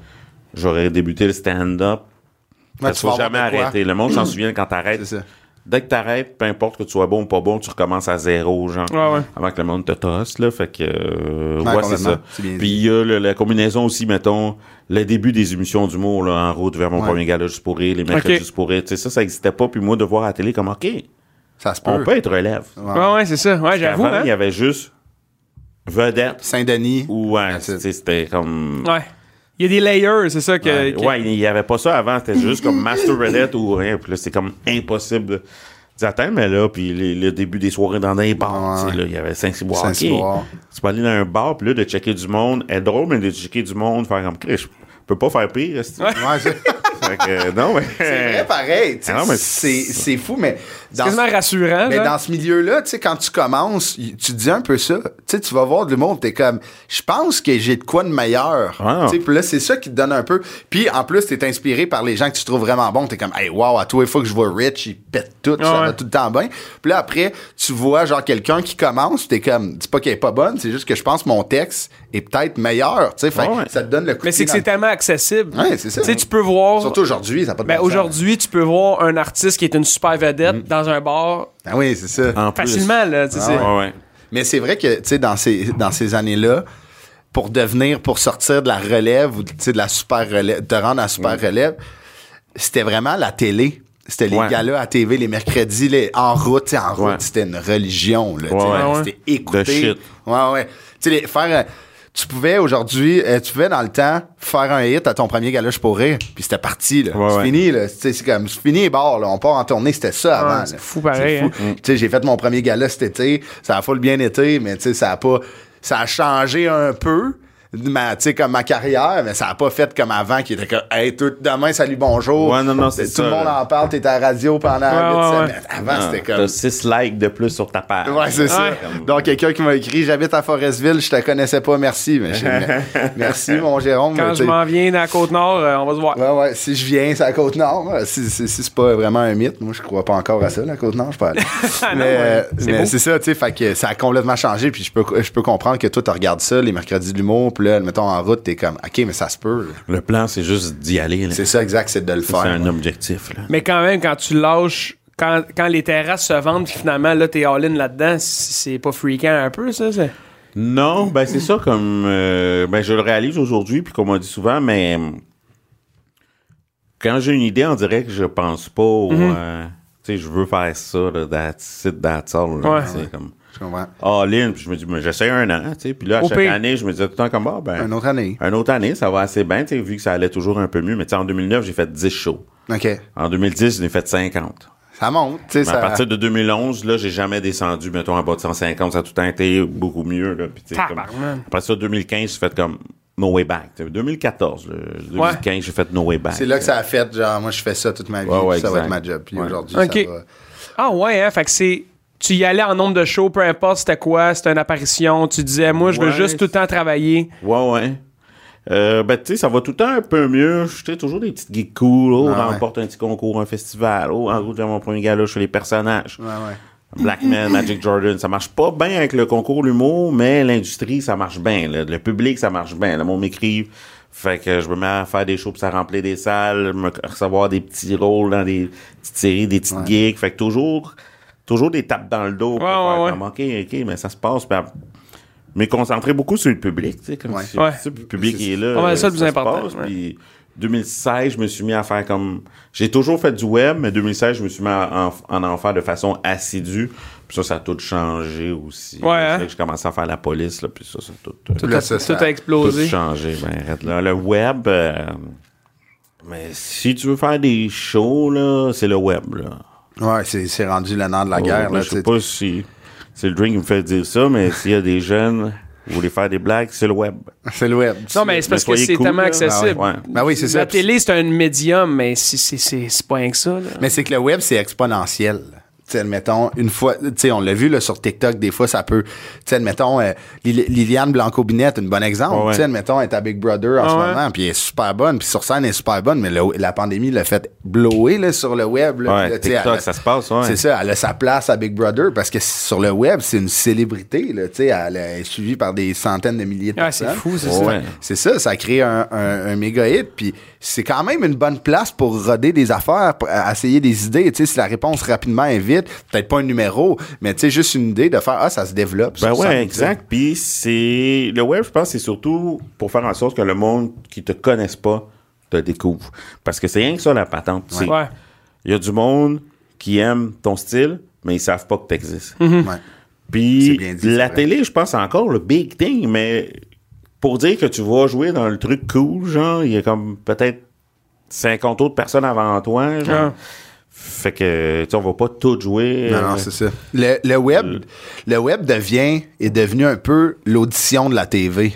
j'aurais débuté le stand-up. Ouais, Parce tu qu'il vas faut avoir jamais de quoi. arrêter. Le monde s'en souvient quand C'est t'arrêtes. ça. Dès que t'arrêtes, peu importe que tu sois bon ou pas bon, tu recommences à zéro, genre. Ouais, ouais. Avant que le monde te tosse, là. Fait que, euh, Ouais, ouais, c'est complètement. ça. C'est bien Puis il y a le- la combinaison aussi, mettons, le début des émissions d'humour, là, en route vers mon premier gala juste pour rire, les mercredis Ok. juste pour rire. Tu sais, ça, ça n'existait pas. Puis moi, de voir à la télé comme, OK, Ça se on peut. peut être relève. Ouais, ouais, c'est ça. Ouais, j'avoue. Avant, il y Hein? avait juste vedette Saint-Denis. ou, ouais, That's tu it. sais, c'était comme... Ouais. Il y a des layers, c'est ça que. Ouais, que- ouais, il n'y avait pas ça avant. C'était juste comme Master Redette ou rien. Puis là, c'est comme impossible d'atteindre. Mais là, puis les- le début des soirées dans des bars, tu sais, là, il y avait Saint-Cyboire. ok. Saint-Cyboire. Tu peux aller dans un bar, puis là, de checker du monde. Elle est drôle, mais de checker du monde, faire comme Chris, je peux pas faire pire. c'est-tu? Ouais, c'est Fait que, euh, non, mais. c'est vrai, pareil. tu sais, Ah non, mais- C'est c'est fou, mais C'est dans, quasiment rassurant. mais là. dans ce milieu-là, tu sais, quand tu commences, y- tu te dis un peu ça. Tu sais, tu vas voir du monde, t'es comme, je pense que j'ai de quoi de meilleur. Ah. Tu sais, puis là, c'est ça qui te donne un peu. Puis en plus, t'es inspiré par les gens que tu trouves vraiment bons. T'es comme, hey, wow, à toi, il faut que je vois Rich, il pète tout, ça Ah, ouais. va tout le temps bien. Puis là, après, tu vois, genre, quelqu'un qui commence, t'es comme, dis pas qu'elle est pas bonne, c'est juste que je pense que mon texte est peut-être meilleur. Tu sais, fait Ah que ouais. ça te donne le coup Mais de pied c'est que dans c'est tellement accessible. Ouais, c'est ça. Tu sais, tu peux voir. Surtout aujourd'hui, ça n'a pas de Ben, bon sens. aujourd'hui, tu peux voir un artiste qui est une super vedette Mm. dans un bar Ah oui, c'est ça. En plus. facilement, là. Ah tu sais, c'est- Ouais, ouais. Mais c'est vrai que, tu sais, dans ces, dans ces années-là, pour devenir, pour sortir de la relève ou, tu sais, de la super relève, te rendre à la super relève, c'était vraiment la télé. C'était les Ouais. galas à TV les mercredis, les, en route, tu sais, en route, Ouais. c'était une religion, là, tu sais, Ouais, ouais. C'était écouté. The shit. Ouais, ouais. Tu sais, les- faire, euh, tu pouvais aujourd'hui, euh, tu pouvais dans le temps faire un hit à ton premier gala, je pourrais, puis c'était parti, là. Ouais, c'est ouais. fini, là. Tu sais, c'est comme, c'est fini, barre, là. On part en tournée, c'était ça avant. c'est là. fou pareil, hein. C'est fou. Mm. Tu sais, j'ai fait mon premier gala cet été. Ça a full bien été, mais tu sais, ça a pas. Ça a changé un peu. Ma, tu sais, comme ma carrière, mais ça a pas fait comme avant, qui était comme, hey, tout demain, salut, bonjour. Ouais, non, non, c'est Tout ça, le monde là. en parle, t'es à la radio pendant huit ouais, semaines. Avant, Ah, c'était Ah, T'as comme. 6 likes de plus sur ta page. Ouais, c'est ça. Comme- Donc, quelqu'un qui m'a écrit, j'habite à Forestville, je te connaissais pas, merci. Mais je- mais- merci, mon Jérôme. Quand mais je tu sais, m'en viens dans la Côte-Nord, euh, on va se voir. Ouais, ouais, si je viens, c'est à Côte-Nord. Si, si, si c'est pas vraiment un mythe, moi, je crois pas encore à ça, la Côte-Nord, je peux aller. Ah, non, mais ouais, euh, c'est beau. mais c'est ça, tu sais, fait que ça a complètement changé, puis je peux, je peux comprendre que toi, tu regardes ça, les mercredis de l'humour, puis là, mettons, en route, t'es comme, OK, mais ça se peut. là. Le plan, c'est juste d'y aller. là. C'est C'est ça, exact, c'est de le faire. un ouais. objectif. Là. Mais quand même, quand tu lâches, quand, quand les terrasses se vendent, puis finalement, là, t'es all-in là-dedans, c- c'est pas freakant un peu, ça? c'est- Non, ben c'est ça comme euh, ben je le réalise aujourd'hui puis comme on dit souvent mais euh, quand j'ai une idée en direct, je pense pas au, Mm-hmm. euh, tu sais je veux faire ça là, that's it that's all là, Ouais. tu sais, comme Je comprends. all in puis je me dis mais j'essaie un an, tu sais puis là à Au chaque pire. année, je me disais tout le temps comme bah ben Une autre année. un autre année, ça va assez bien, tu sais vu que ça allait toujours un peu mieux mais tu sais en 2009, j'ai fait 10 shows. OK. En 2010, j'en ai fait 50. Ça monte, tu sais, Mais à ça. partir de 2011, là, j'ai jamais descendu, mettons, en bas de 150. Ça a tout le temps été beaucoup mieux, là. Puis, tu sais, comme- Tabarnak. à partir de 2015, j'ai fait comme No Way Back. Tu sais, 2014, là. 2015, j'ai fait No Way Back. C'est là que ça a fait, genre, moi, je fais ça toute ma vie, Ouais, ouais, puis ça va exact. être ma job, puis Ouais. aujourd'hui, OK. ça va. Ah ouais, hein? Fait que c'est... Tu y allais en nombre de shows, peu importe c'était quoi, c'était une apparition, tu disais, moi, je veux Ouais. juste tout le temps travailler. Ouais, ouais. Euh, ben, tu sais, ça va tout le temps un peu mieux. Je sais, toujours des petites gigs cool. Oh, on Ah, ouais. remporte un petit concours, un festival. Oh, en route vers mon premier gala, je fais les personnages. Ouais, ouais. Black Man, Magic Jordan, ça marche pas bien avec le concours l'humour, mais l'industrie, ça marche bien. là. Le public, ça marche bien. Le monde m'écrit. Fait que je me mets à faire des shows pour ça remplir des salles, me recevoir des petits rôles dans des petites séries, des petites gigs. Fait que toujours, toujours des tapes dans le dos. pour Ouais, faire ouais, ouais. comme, OK, OK, mais ça se passe. Puis à- mais concentrer beaucoup sur le public, tu sais, comme Ouais. si- Ouais. si le public est, là. pas mal ça le plus se important, passe. ouais. Puis 2016, je me suis mis à faire comme. J'ai toujours fait du web, mais 2016, je me suis mis à en, en en faire de façon assidue. Puis ça, ça a tout changé aussi. Ouais, hein? C'est là que j'ai commencé à faire la police, là, puis ça, ça a tout, euh, Tout, Là, a, ça, ça- tout a tout explosé. changé. Ben, arrête là. Le web. euh, mais si tu veux faire des shows, là, c'est le web, là. Ouais, c'est c'est rendu le nom de la Oh, guerre, mais là, je tu sais. sais pas si. C'est le drink qui me fait dire ça, mais s'il y a des jeunes, vous voulez faire des blagues, c'est le web. C'est le web. Non, mais c'est parce que soyez c'est cool, tellement là. accessible. Ah ouais, ouais. Ben oui, c'est ça. La télé, c'est un médium, mais c'est- c'est c'est- c'est pas rien que ça, là. Mais c'est que le web, c'est exponentiel. tu sais, admettons, une fois, tu sais, on l'a vu là, sur TikTok, des fois, ça peut, tu sais, admettons, euh, Lil- Liliane Blanco-Binette, un bon exemple, Ouais, ouais. tu sais, admettons, elle est à Big Brother en ce moment, puis elle est super bonne, puis sur scène, elle est super bonne, mais le- la pandémie l'a fait blower là, sur le web. Là, Ouais, Là, tu sais, TikTok, elle a- ça se passe, ouais. C'est ça, elle a sa place à Big Brother, parce que sur le web, c'est une célébrité, là, tu sais, elle est suivie par des centaines de milliers de Ah, c'est personnes. fou, c'est Ouais. C'est ça, ça crée un, un- un méga hit. Puis c'est quand même une bonne place pour roder des affaires, pour euh, essayer des idées. Tu sais, si la réponse rapidement est vite, peut-être pas un numéro, mais tu sais, juste une idée de faire Ah, ça se développe. Ben ça, ça me ouais, dit. exact. Puis c'est le web, je pense, c'est surtout pour faire en sorte que le monde qui te connaisse pas te découvre. Parce que c'est rien que ça la patente. C'est- Ouais. Il y a du monde qui aime ton style, mais ils savent pas que t'existes. Ouais. Mhm. C'est Puis bien dit, la c'est vrai. télé, je pense encore le big thing, mais pour dire que tu vas jouer dans le truc cool, genre, il y a comme peut-être 50 autres personnes avant toi, genre. Ah. Fait que, tu sais, on va pas tout jouer. euh, Non, non, c'est ça. Le, le web, le web devient, est devenu un peu l'audition de la TV.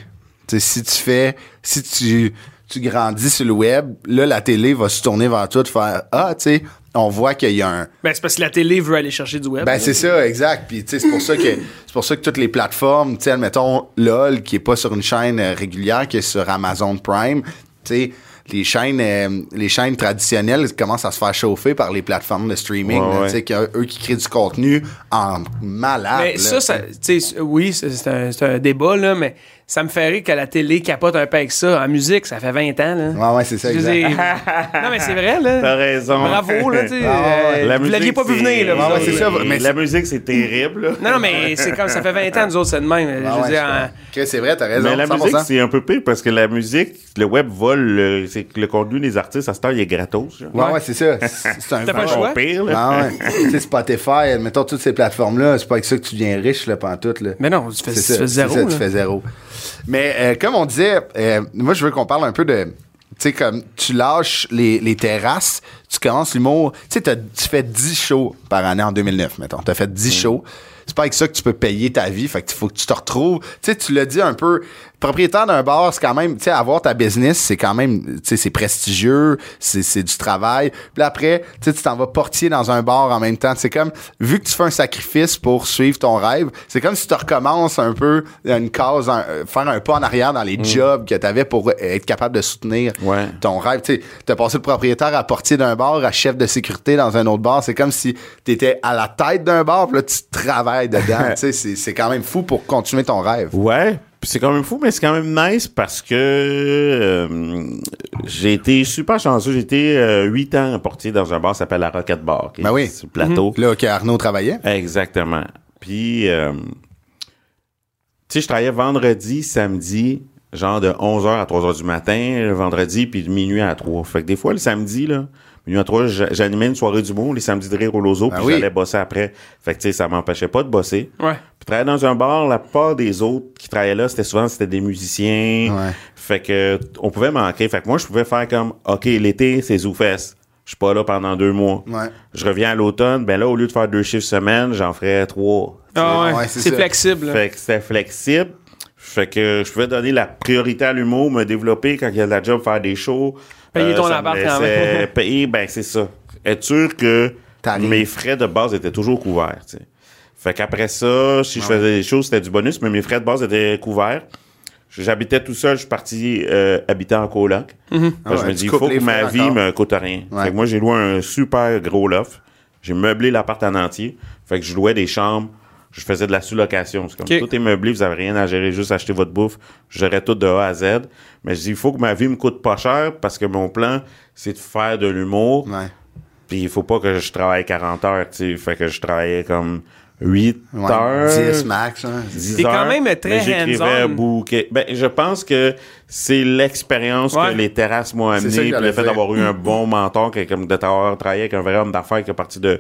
Tu sais, si tu fais, si tu, tu grandis sur le web, là, la télé va se tourner vers toi de faire Ah, tu sais, on voit qu'il y a un, Ben, c'est parce que la télé veut aller chercher du web. Ben c'est ça, exact. Puis tu sais, c'est pour ça que c'est pour ça que toutes les plateformes, tu sais, admettons LOL qui est pas sur une chaîne euh, régulière, qui est sur Amazon Prime, tu sais, les chaînes euh, les chaînes traditionnelles commencent à se faire chauffer par les plateformes de streaming, Ouais, là, ouais. tu sais, qui, euh, eux qui créent du contenu en malade. Mais là, ça, ça tu sais, oui, c'est- c'est un, c'est un débat, là, mais ça me ferait que la télé capote un peu avec ça. En musique, ça fait 20 ans. Là. Ouais, ouais, c'est ça, Je veux exact. dire- non, mais c'est vrai, là. T'as raison. Bravo, là, tu sais. euh, La vous l'aviez pas vu musique, venir, là. c'est- vous Ah, Ouais, ouais, c'est autres, ça, là. Mais mais la musique, c'est terrible. là. Non, non, mais c'est comme ça fait 20 ans, nous autres, c'est de même. Ah je veux ouais, dire, euh, je en- comprends. Ok, c'est vrai, t'as raison. Mais la 100%. musique, c'est un peu pire parce que la musique, le web vole, le, c'est que le contenu des artistes, à ce temps, il est gratos. genre. Ouais, ouais, c'est ça. C'est c'est un T'as pas le vrai- Encore choix. pire, là. Ah ouais. tu sais, Spotify, mettons toutes ces plateformes-là, c'est pas avec ça que tu deviens riche, là, pantoute, là. Mais non, tu fais, tu C'est ça, fais zéro. c'est ça, là. tu fais zéro. Mais euh, comme on disait, euh, moi, je veux qu'on parle un peu de. Tu sais, comme tu lâches les, les terrasses, tu commences l'humour. Tu sais, t'as- tu fais 10 shows par année en 2009, mettons. Tu as fait Mm. 10 shows. C'est pas avec ça que tu peux payer ta vie. Fait qu'il faut que tu te retrouves. Tu sais, tu l'as dit un peu. Propriétaire d'un bar, c'est quand même. Tu sais, avoir ta business, c'est quand même. Tu sais, c'est prestigieux. C'est c'est du travail. Puis là, après, tu sais, tu t'en vas portier dans un bar en même temps. C'est comme. Vu que tu fais un sacrifice pour suivre ton rêve, c'est comme si tu recommences un peu une case. en- euh, faire un pas en arrière dans les jobs que tu avais pour euh, être capable de soutenir Ouais. ton rêve. Tu as passé de propriétaire à portier d'un bar, à chef de sécurité dans un autre bar. C'est comme si tu étais à la tête d'un bar, puis là, tu travailles dedans. Tu sais, c'est c'est quand même fou pour continuer ton rêve. Ouais, pis c'est quand même fou, mais c'est quand même nice parce que euh, j'ai été super chanceux. J'ai été euh, huit ans portier dans un bar qui s'appelle la Rocket Bar, qui Ben est oui. sur le Mm-hmm. plateau. Là, que Arnaud travaillait. Exactement. Puis, euh, tu sais, je travaillais vendredi, samedi, genre de 11h à 3h du matin, le vendredi, puis de minuit à 3. Fait que des fois, le samedi, là, minuit à 3, j'a- j'animais une soirée d'humour, les samedis de rire au lozo, Ah puis oui. j'allais bosser après. Fait que, tu sais, ça m'empêchait pas de bosser. Ouais. Puis travailler dans un bar, la part des autres qui travaillaient là, c'était souvent c'était des musiciens. Ouais. Fait que on pouvait manquer. Fait que moi, je pouvais faire comme OK, l'été, c'est ZooFest. Je suis pas là pendant deux mois. Ouais. Je reviens à l'automne, ben là, au lieu de faire deux chiffres semaine, j'en ferais trois. Ah ouais, Ouais, c'est c'est ça. flexible. là. Fait que c'était flexible. Fait que je pouvais donner la priorité à l'humour, me développer quand il y a de la job, faire des shows. Euh, Payer ton ça me appart hein. quand laissait même. Payer, ben c'est ça. Être sûr que T'arrives. mes frais de base étaient toujours couverts. tu sais. Fait qu'après ça, si je faisais des choses, c'était du bonus, mais mes frais de base étaient couverts. J'habitais tout seul, je suis parti euh, habiter en coloc. Mhm. Fait que Ah ouais, je me tu dis, il coupes faut les que ma frais vie encore. me coûte rien. Ouais. Fait que moi, j'ai loué un super gros loft. J'ai meublé l'appart en entier. Fait que je louais des chambres. Je faisais de la sous-location. C'est comme Ok. tout est meublé, vous avez rien à gérer, juste acheter votre bouffe. Je gérais tout de A à Z. Mais je dis, il faut que ma vie me coûte pas cher parce que mon plan, c'est de faire de l'humour. Ouais. Puis il faut pas que je travaille 40 heures, tu sais. Fait que je travaillais comme 8 Ouais. heures. 10 max. hein. 10 T'es quand heures, même mais très j'écrivais hands-on. bouquet. Ben, je pense que c'est l'expérience Ouais. que les terrasses m'ont C'est ça que amené, puis j'allais le fait dire. d'avoir eu un bon mentor, que, comme de t'avoir travaillé avec un vrai homme d'affaires qui est parti de,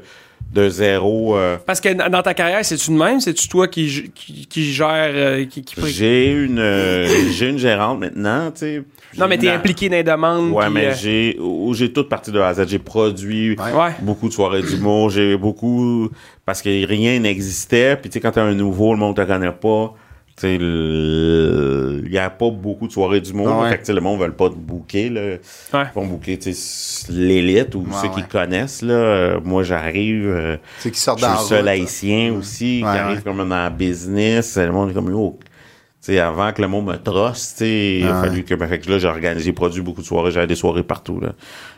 de zéro. euh, Parce que dans ta carrière, c'est-tu de même? C'est-tu toi qui, g- qui, qui gère... euh, qui, qui- J'ai une, euh, j'ai une gérante maintenant, tu sais. Non, mais t'es J'ai- impliqué dans les demandes. Ouais, puis, mais euh, j'ai, où j'ai toute partie de A à Z. J'ai produit Ouais. Ouais. beaucoup de soirées d'humour. J'ai beaucoup, parce que rien n'existait. Puis, tu sais, quand t'es un nouveau, le monde te connaît pas. Tu sais, le- il y a pas beaucoup de soirées d'humour. Ouais. Fait que, tu sais, le monde veut pas de bouquet. bouquer, là, Ouais. vont bouquer tu sais, l'élite ou ceux qui ouais. connaissent. Là, Euh, moi, j'arrive, euh, C'est qui sort je suis dans le la seul route, haïtien aussi, Ouais, qui arrive ouais. comme dans le business. Le monde est comme, yo, tu sais, avant que le monde me trosse, tu sais, il a fallu que, ben, fait que là, j'ai organisé, produit beaucoup de soirées, j'avais des soirées partout, là.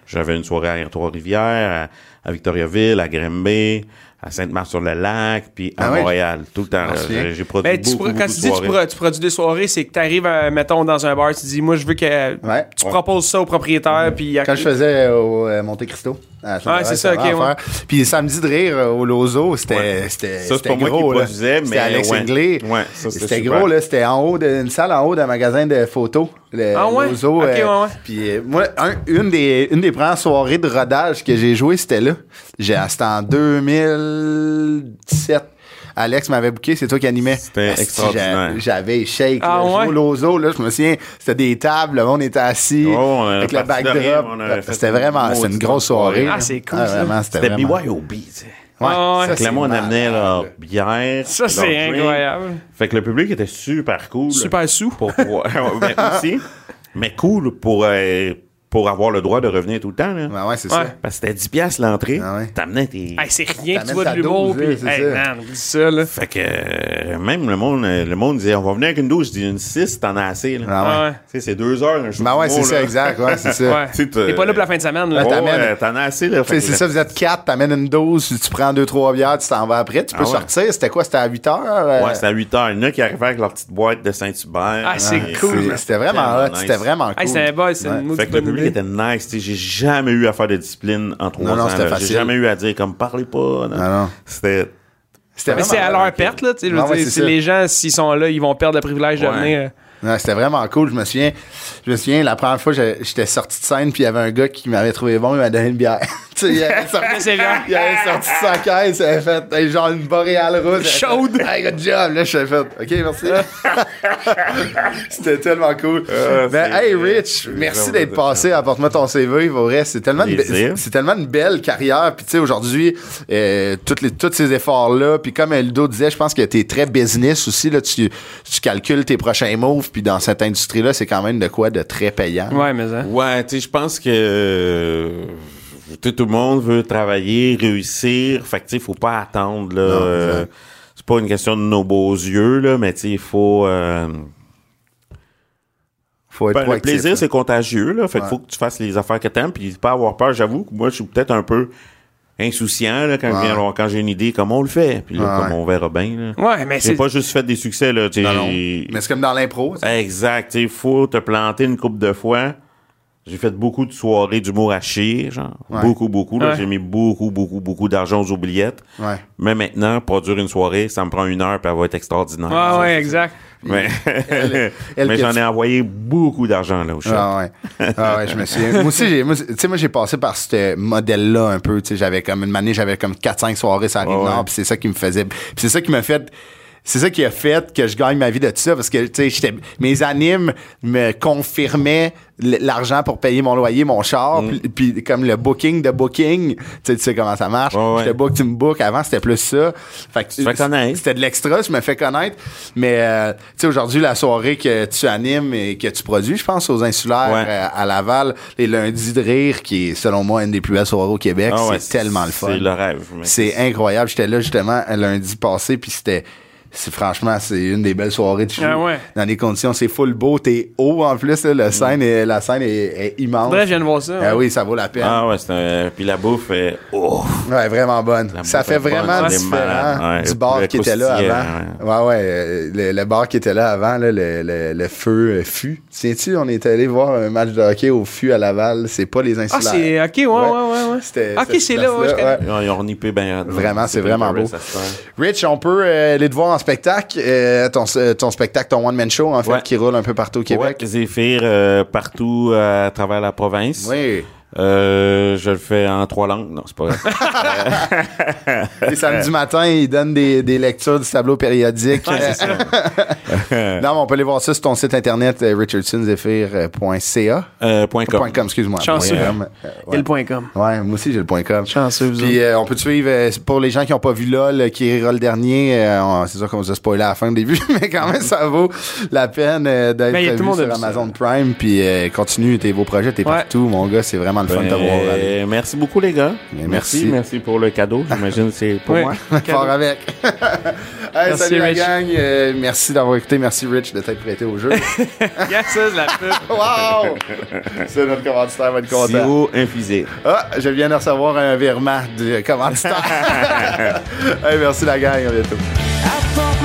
J'avais une soirée à Trois-Rivières, à, à Victoriaville, à Grimby, à Sainte-Marthe-sur-le-Lac, puis à Ah ouais? Montréal, tout le temps. Je m'en là. souviens. J'ai- J'ai produit Ben, tu beaucoup, pourrais- beaucoup quand de tu dis tu, soirées. pro- tu produis des soirées, c'est que tu arrives, mettons, dans un bar, tu dis, moi, je veux que Ouais. tu Ouais. proposes ça au propriétaire, puis il Quand je faisais euh, au euh, Monte Cristo. à Ah, c'est ça, Saint-Laurent, ok, l'affaire. Puis samedi de rire euh, au Lozo, c'était c'était Ça, c'est c'était pas moi gros, qui là. produisais, mais c'était Alex ouais. Inglé. Ouais, ça, c'était c'était super. gros là, c'était en haut d'une salle en haut d'un magasin de photos. Le Ah ouais? Lozo, Ok, euh, ouais, ouais. Puis euh, moi, un- une des une des premières soirées de rodage que j'ai joué, c'était là. J'ai ah, c'était en 2017. Alex m'avait bouqué, c'est toi qui animais. C'était Asti, extraordinaire. j'a- J'avais shake, là, Ah je jouais ouais? au Lozo, là, je me souviens, c'était des tables, le monde était assis, Oh, on avait avec le parti de rien, backdrop. on avait fait C'était une vraiment, c'était une maudite grosse soirée. soirée. là. Ah, c'est cool, ça. vraiment, C'était vraiment- BYOB, tu sais. Ouais, Ah, ouais. ça, Fait que le monde malade. amenait leur bière. Ça, c'est leur drink. incroyable. Fait que le public était super cool. Super sous. Pour pouvoir- Ouais, mais aussi, mais cool pour, euh, pour avoir le droit de revenir tout le temps. Là. Ben Ouais, ouais, c'est Ouais. ça. Parce que c'était 10 piastres l'entrée. Ah ouais. T'amenais tes... Hey, c'est rien, tu T'amènes vois de ta l'humour, dose, là, puis, c'est hey, ça. man, dis ça, là. Fait que euh, même le monde, euh, le monde disait, on va venir avec une douche. Je dis, une 6, t'en as assez. Là. Ah ouais. Tu sais, c'est deux heures. un show Ben ouais, d'humour, c'est ça, là. exact. Ouais, c'est Ouais. ça. ouais. Tu sais, t'as- T'es pas là pour la fin de semaine, là. Ouais, euh, t'amènes- euh, t'en as assez. Là. Tu sais, C'est ça, vous êtes quatre, t'amènes une dose, tu prends deux, trois bières, tu t'en vas après, tu peux Ah ouais. sortir. C'était quoi? C'était à 8 heures? euh, Ouais, c'était à 8 heures. Il y en a qui arrivaient avec leur petite boîte de Saint-Hubert. Ah, c'est Et cool. c'est C'était vraiment hot, nice. c'était vraiment cool. Hey, c'est un boy, c'est Ouais. une mode Fait que le public était nice. tu sais, J'ai jamais eu à faire de discipline en trois Non, non, ans. c'était là. J'ai facile. jamais eu à dire comme parlez pas. non. Ah, non. C'était. C'était Mais vraiment c'est à hot, leur ok. perte, là. tu sais, je Ouais, veux ouais, dire, c'est si ça. les gens, s'ils sont là, ils vont perdre le privilège de Ouais. venir. euh, Non, c'était vraiment cool. Je me souviens, je me souviens, la première fois, j'ai- j'étais sorti de scène, puis il y avait un gars qui m'avait trouvé bon, il m'a donné une bière. tu sais, il avait sorti, C'est vrai. il avait sorti de sa caisse, il avait fait hey, genre une boréale rouge. Chaude. Hey, good job. Là, je suis fait, OK, merci. c'était tellement cool. Ah, ben, c'est- hey, Rich, c'est merci vraiment d'être de- passé. Apporte-moi ton CV, pour vrai. C'est tellement, une be- Plaisir. c'est tellement une belle carrière. Puis, tu sais, aujourd'hui, euh, toutes les- tous ces efforts-là, puis comme Eldo disait, je pense que t'es très business aussi. Là, tu, tu calcules tes prochains moves, puis dans cette industrie-là, c'est quand même de quoi de très payant. Ouais, mais hein. Ouais, tu sais, je pense que. euh, tu sais, tout le monde veut travailler, réussir. Fait que, tu sais, faut pas attendre, là. euh, c'est pas une question de nos beaux yeux, là, mais tu sais, il faut. euh, Faut être Ben, le proactif, là. plaisir, c'est contagieux. Là. Fait qu'il faut que tu fasses les affaires que t'aimes puis pas avoir peur. J'avoue que moi, je suis peut-être un peu insouciant là, quand, je viens- quand j'ai une idée, comme on le fait. Puis là, comme on verra bien. là. Ouais, mais J'ai c'est. pas juste fait des succès. Là, tu sais, Non, non. j'ai- Mais c'est comme dans l'impro. ça. Exact. Il faut te planter une coupe de fois. J'ai fait beaucoup de soirées d'humour à chier, genre. Beaucoup, beaucoup. là. Ouais. J'ai mis beaucoup, beaucoup, beaucoup d'argent aux oubliettes. Ouais. Mais maintenant, produire une soirée, ça me prend une heure, puis elle va être extraordinaire. Ouais, Ça, ouais, c'est- exact. Mais, Ah elle mais que j'en tu- ai envoyé beaucoup d'argent, là, au shop. Ah ouais. Ah ouais, je me souviens. Moi aussi, j'ai, moi, tu sais, moi, j'ai passé par ce modèle-là un peu. Tu sais, j'avais comme une année, j'avais comme 4-5 soirées ça arrive ouais. nord, puis c'est ça qui me faisait. Puis c'est ça qui m'a fait. C'est ça qui a fait que je gagne ma vie de tout ça parce que tu sais, j'étais- mes animes me confirmaient l- l'argent pour payer mon loyer, mon char, Mm. puis puis comme le booking de booking, tu sais, tu sais comment ça marche. Ouais, ouais. Je te book, tu me book. Avant, c'était plus ça. Fait que te fais connaître. c'était de l'extra, je me fais connaître. Mais euh, tu sais, aujourd'hui, la soirée que tu animes et que tu produis, je pense, aux insulaires Ouais. euh, à Laval, les lundis de rire, qui est selon moi une des plus belles soirées au Québec, Ah ouais, c'est tellement le fun. C'est le rêve. mais- C'est incroyable. J'étais là justement un lundi passé, puis c'était. C'est, franchement, c'est une des belles soirées de fou. Ah ouais. Dans des conditions, c'est full beau, t'es haut en plus, là, le scène est- la scène est, est immense. Bref, je viens de voir ça. Ah ouais. oui, ça vaut la peine. Ah ouais, c'est un... Puis la bouffe est... Oh! Ouais, vraiment bonne. La Ça bouffe fait est bonne, vraiment elle est différent malade, ouais. du bar Le qui était là croustillant, avant. Ouais, ouais. euh, le, le bar qui était là avant, là, le, le- le feu euh, fut. Sais-tu, on est allé voir un match de hockey au fut à Laval. C'est pas les Ah, insulaires. c'est. Ok, ouais, ouais, ouais. ouais. C'était- Ok, cette c'est là, ouais, place-là, je connais. ouais. Ils ont, ils ont rnippé bien... Vraiment, c'est vraiment beau. Ça se sent. Rich, on peut euh, aller te voir en spectacle. euh, ton, euh, ton spectacle, ton one-man show, en fait, Ouais. qui roule un peu partout au Ouais, Québec. Zéphyr euh, partout euh, à travers la province. Oui. Euh, je le fais en trois langues. Non, c'est pas vrai. Les samedis matin, ils donnent des, des lectures du tableau périodique. non, mais on peut aller voir ça sur ton site internet euh, richardsonzephyr.ca. Euh, point com. Point com, excuse-moi. Chanceux. Point com, euh, Et ouais. le point com. Ouais, moi aussi j'ai le point com. Chanceux, vous Puis euh, on peut te suivre euh, pour les gens qui n'ont pas vu LOL, euh, qui ira le dernier. euh, on- c'est sûr qu'on vous a spoilé à la fin au début, mais quand même ça vaut la peine euh, d'être Mais y a vu tout le monde sur aime ça. Amazon Prime. Puis euh, continue tes beaux projets, t'es Ouais. partout, mon gars. C'est vraiment le fun de te Euh, voir. euh, merci beaucoup, les gars. Mais merci. merci. Merci pour le cadeau. J'imagine que c'est pour Ouais. moi. Fort avec. Hey, Merci, salut la Rich. gang. Euh, merci d'avoir écouté. Merci Rich de t'être prêté au jeu. Yes, ça, c'est la pub. wow! C'est notre commanditaire, va être content. Sirop infusé. Ah, je viens de recevoir un virement du commanditaire. hey, merci la gang, à bientôt. I thought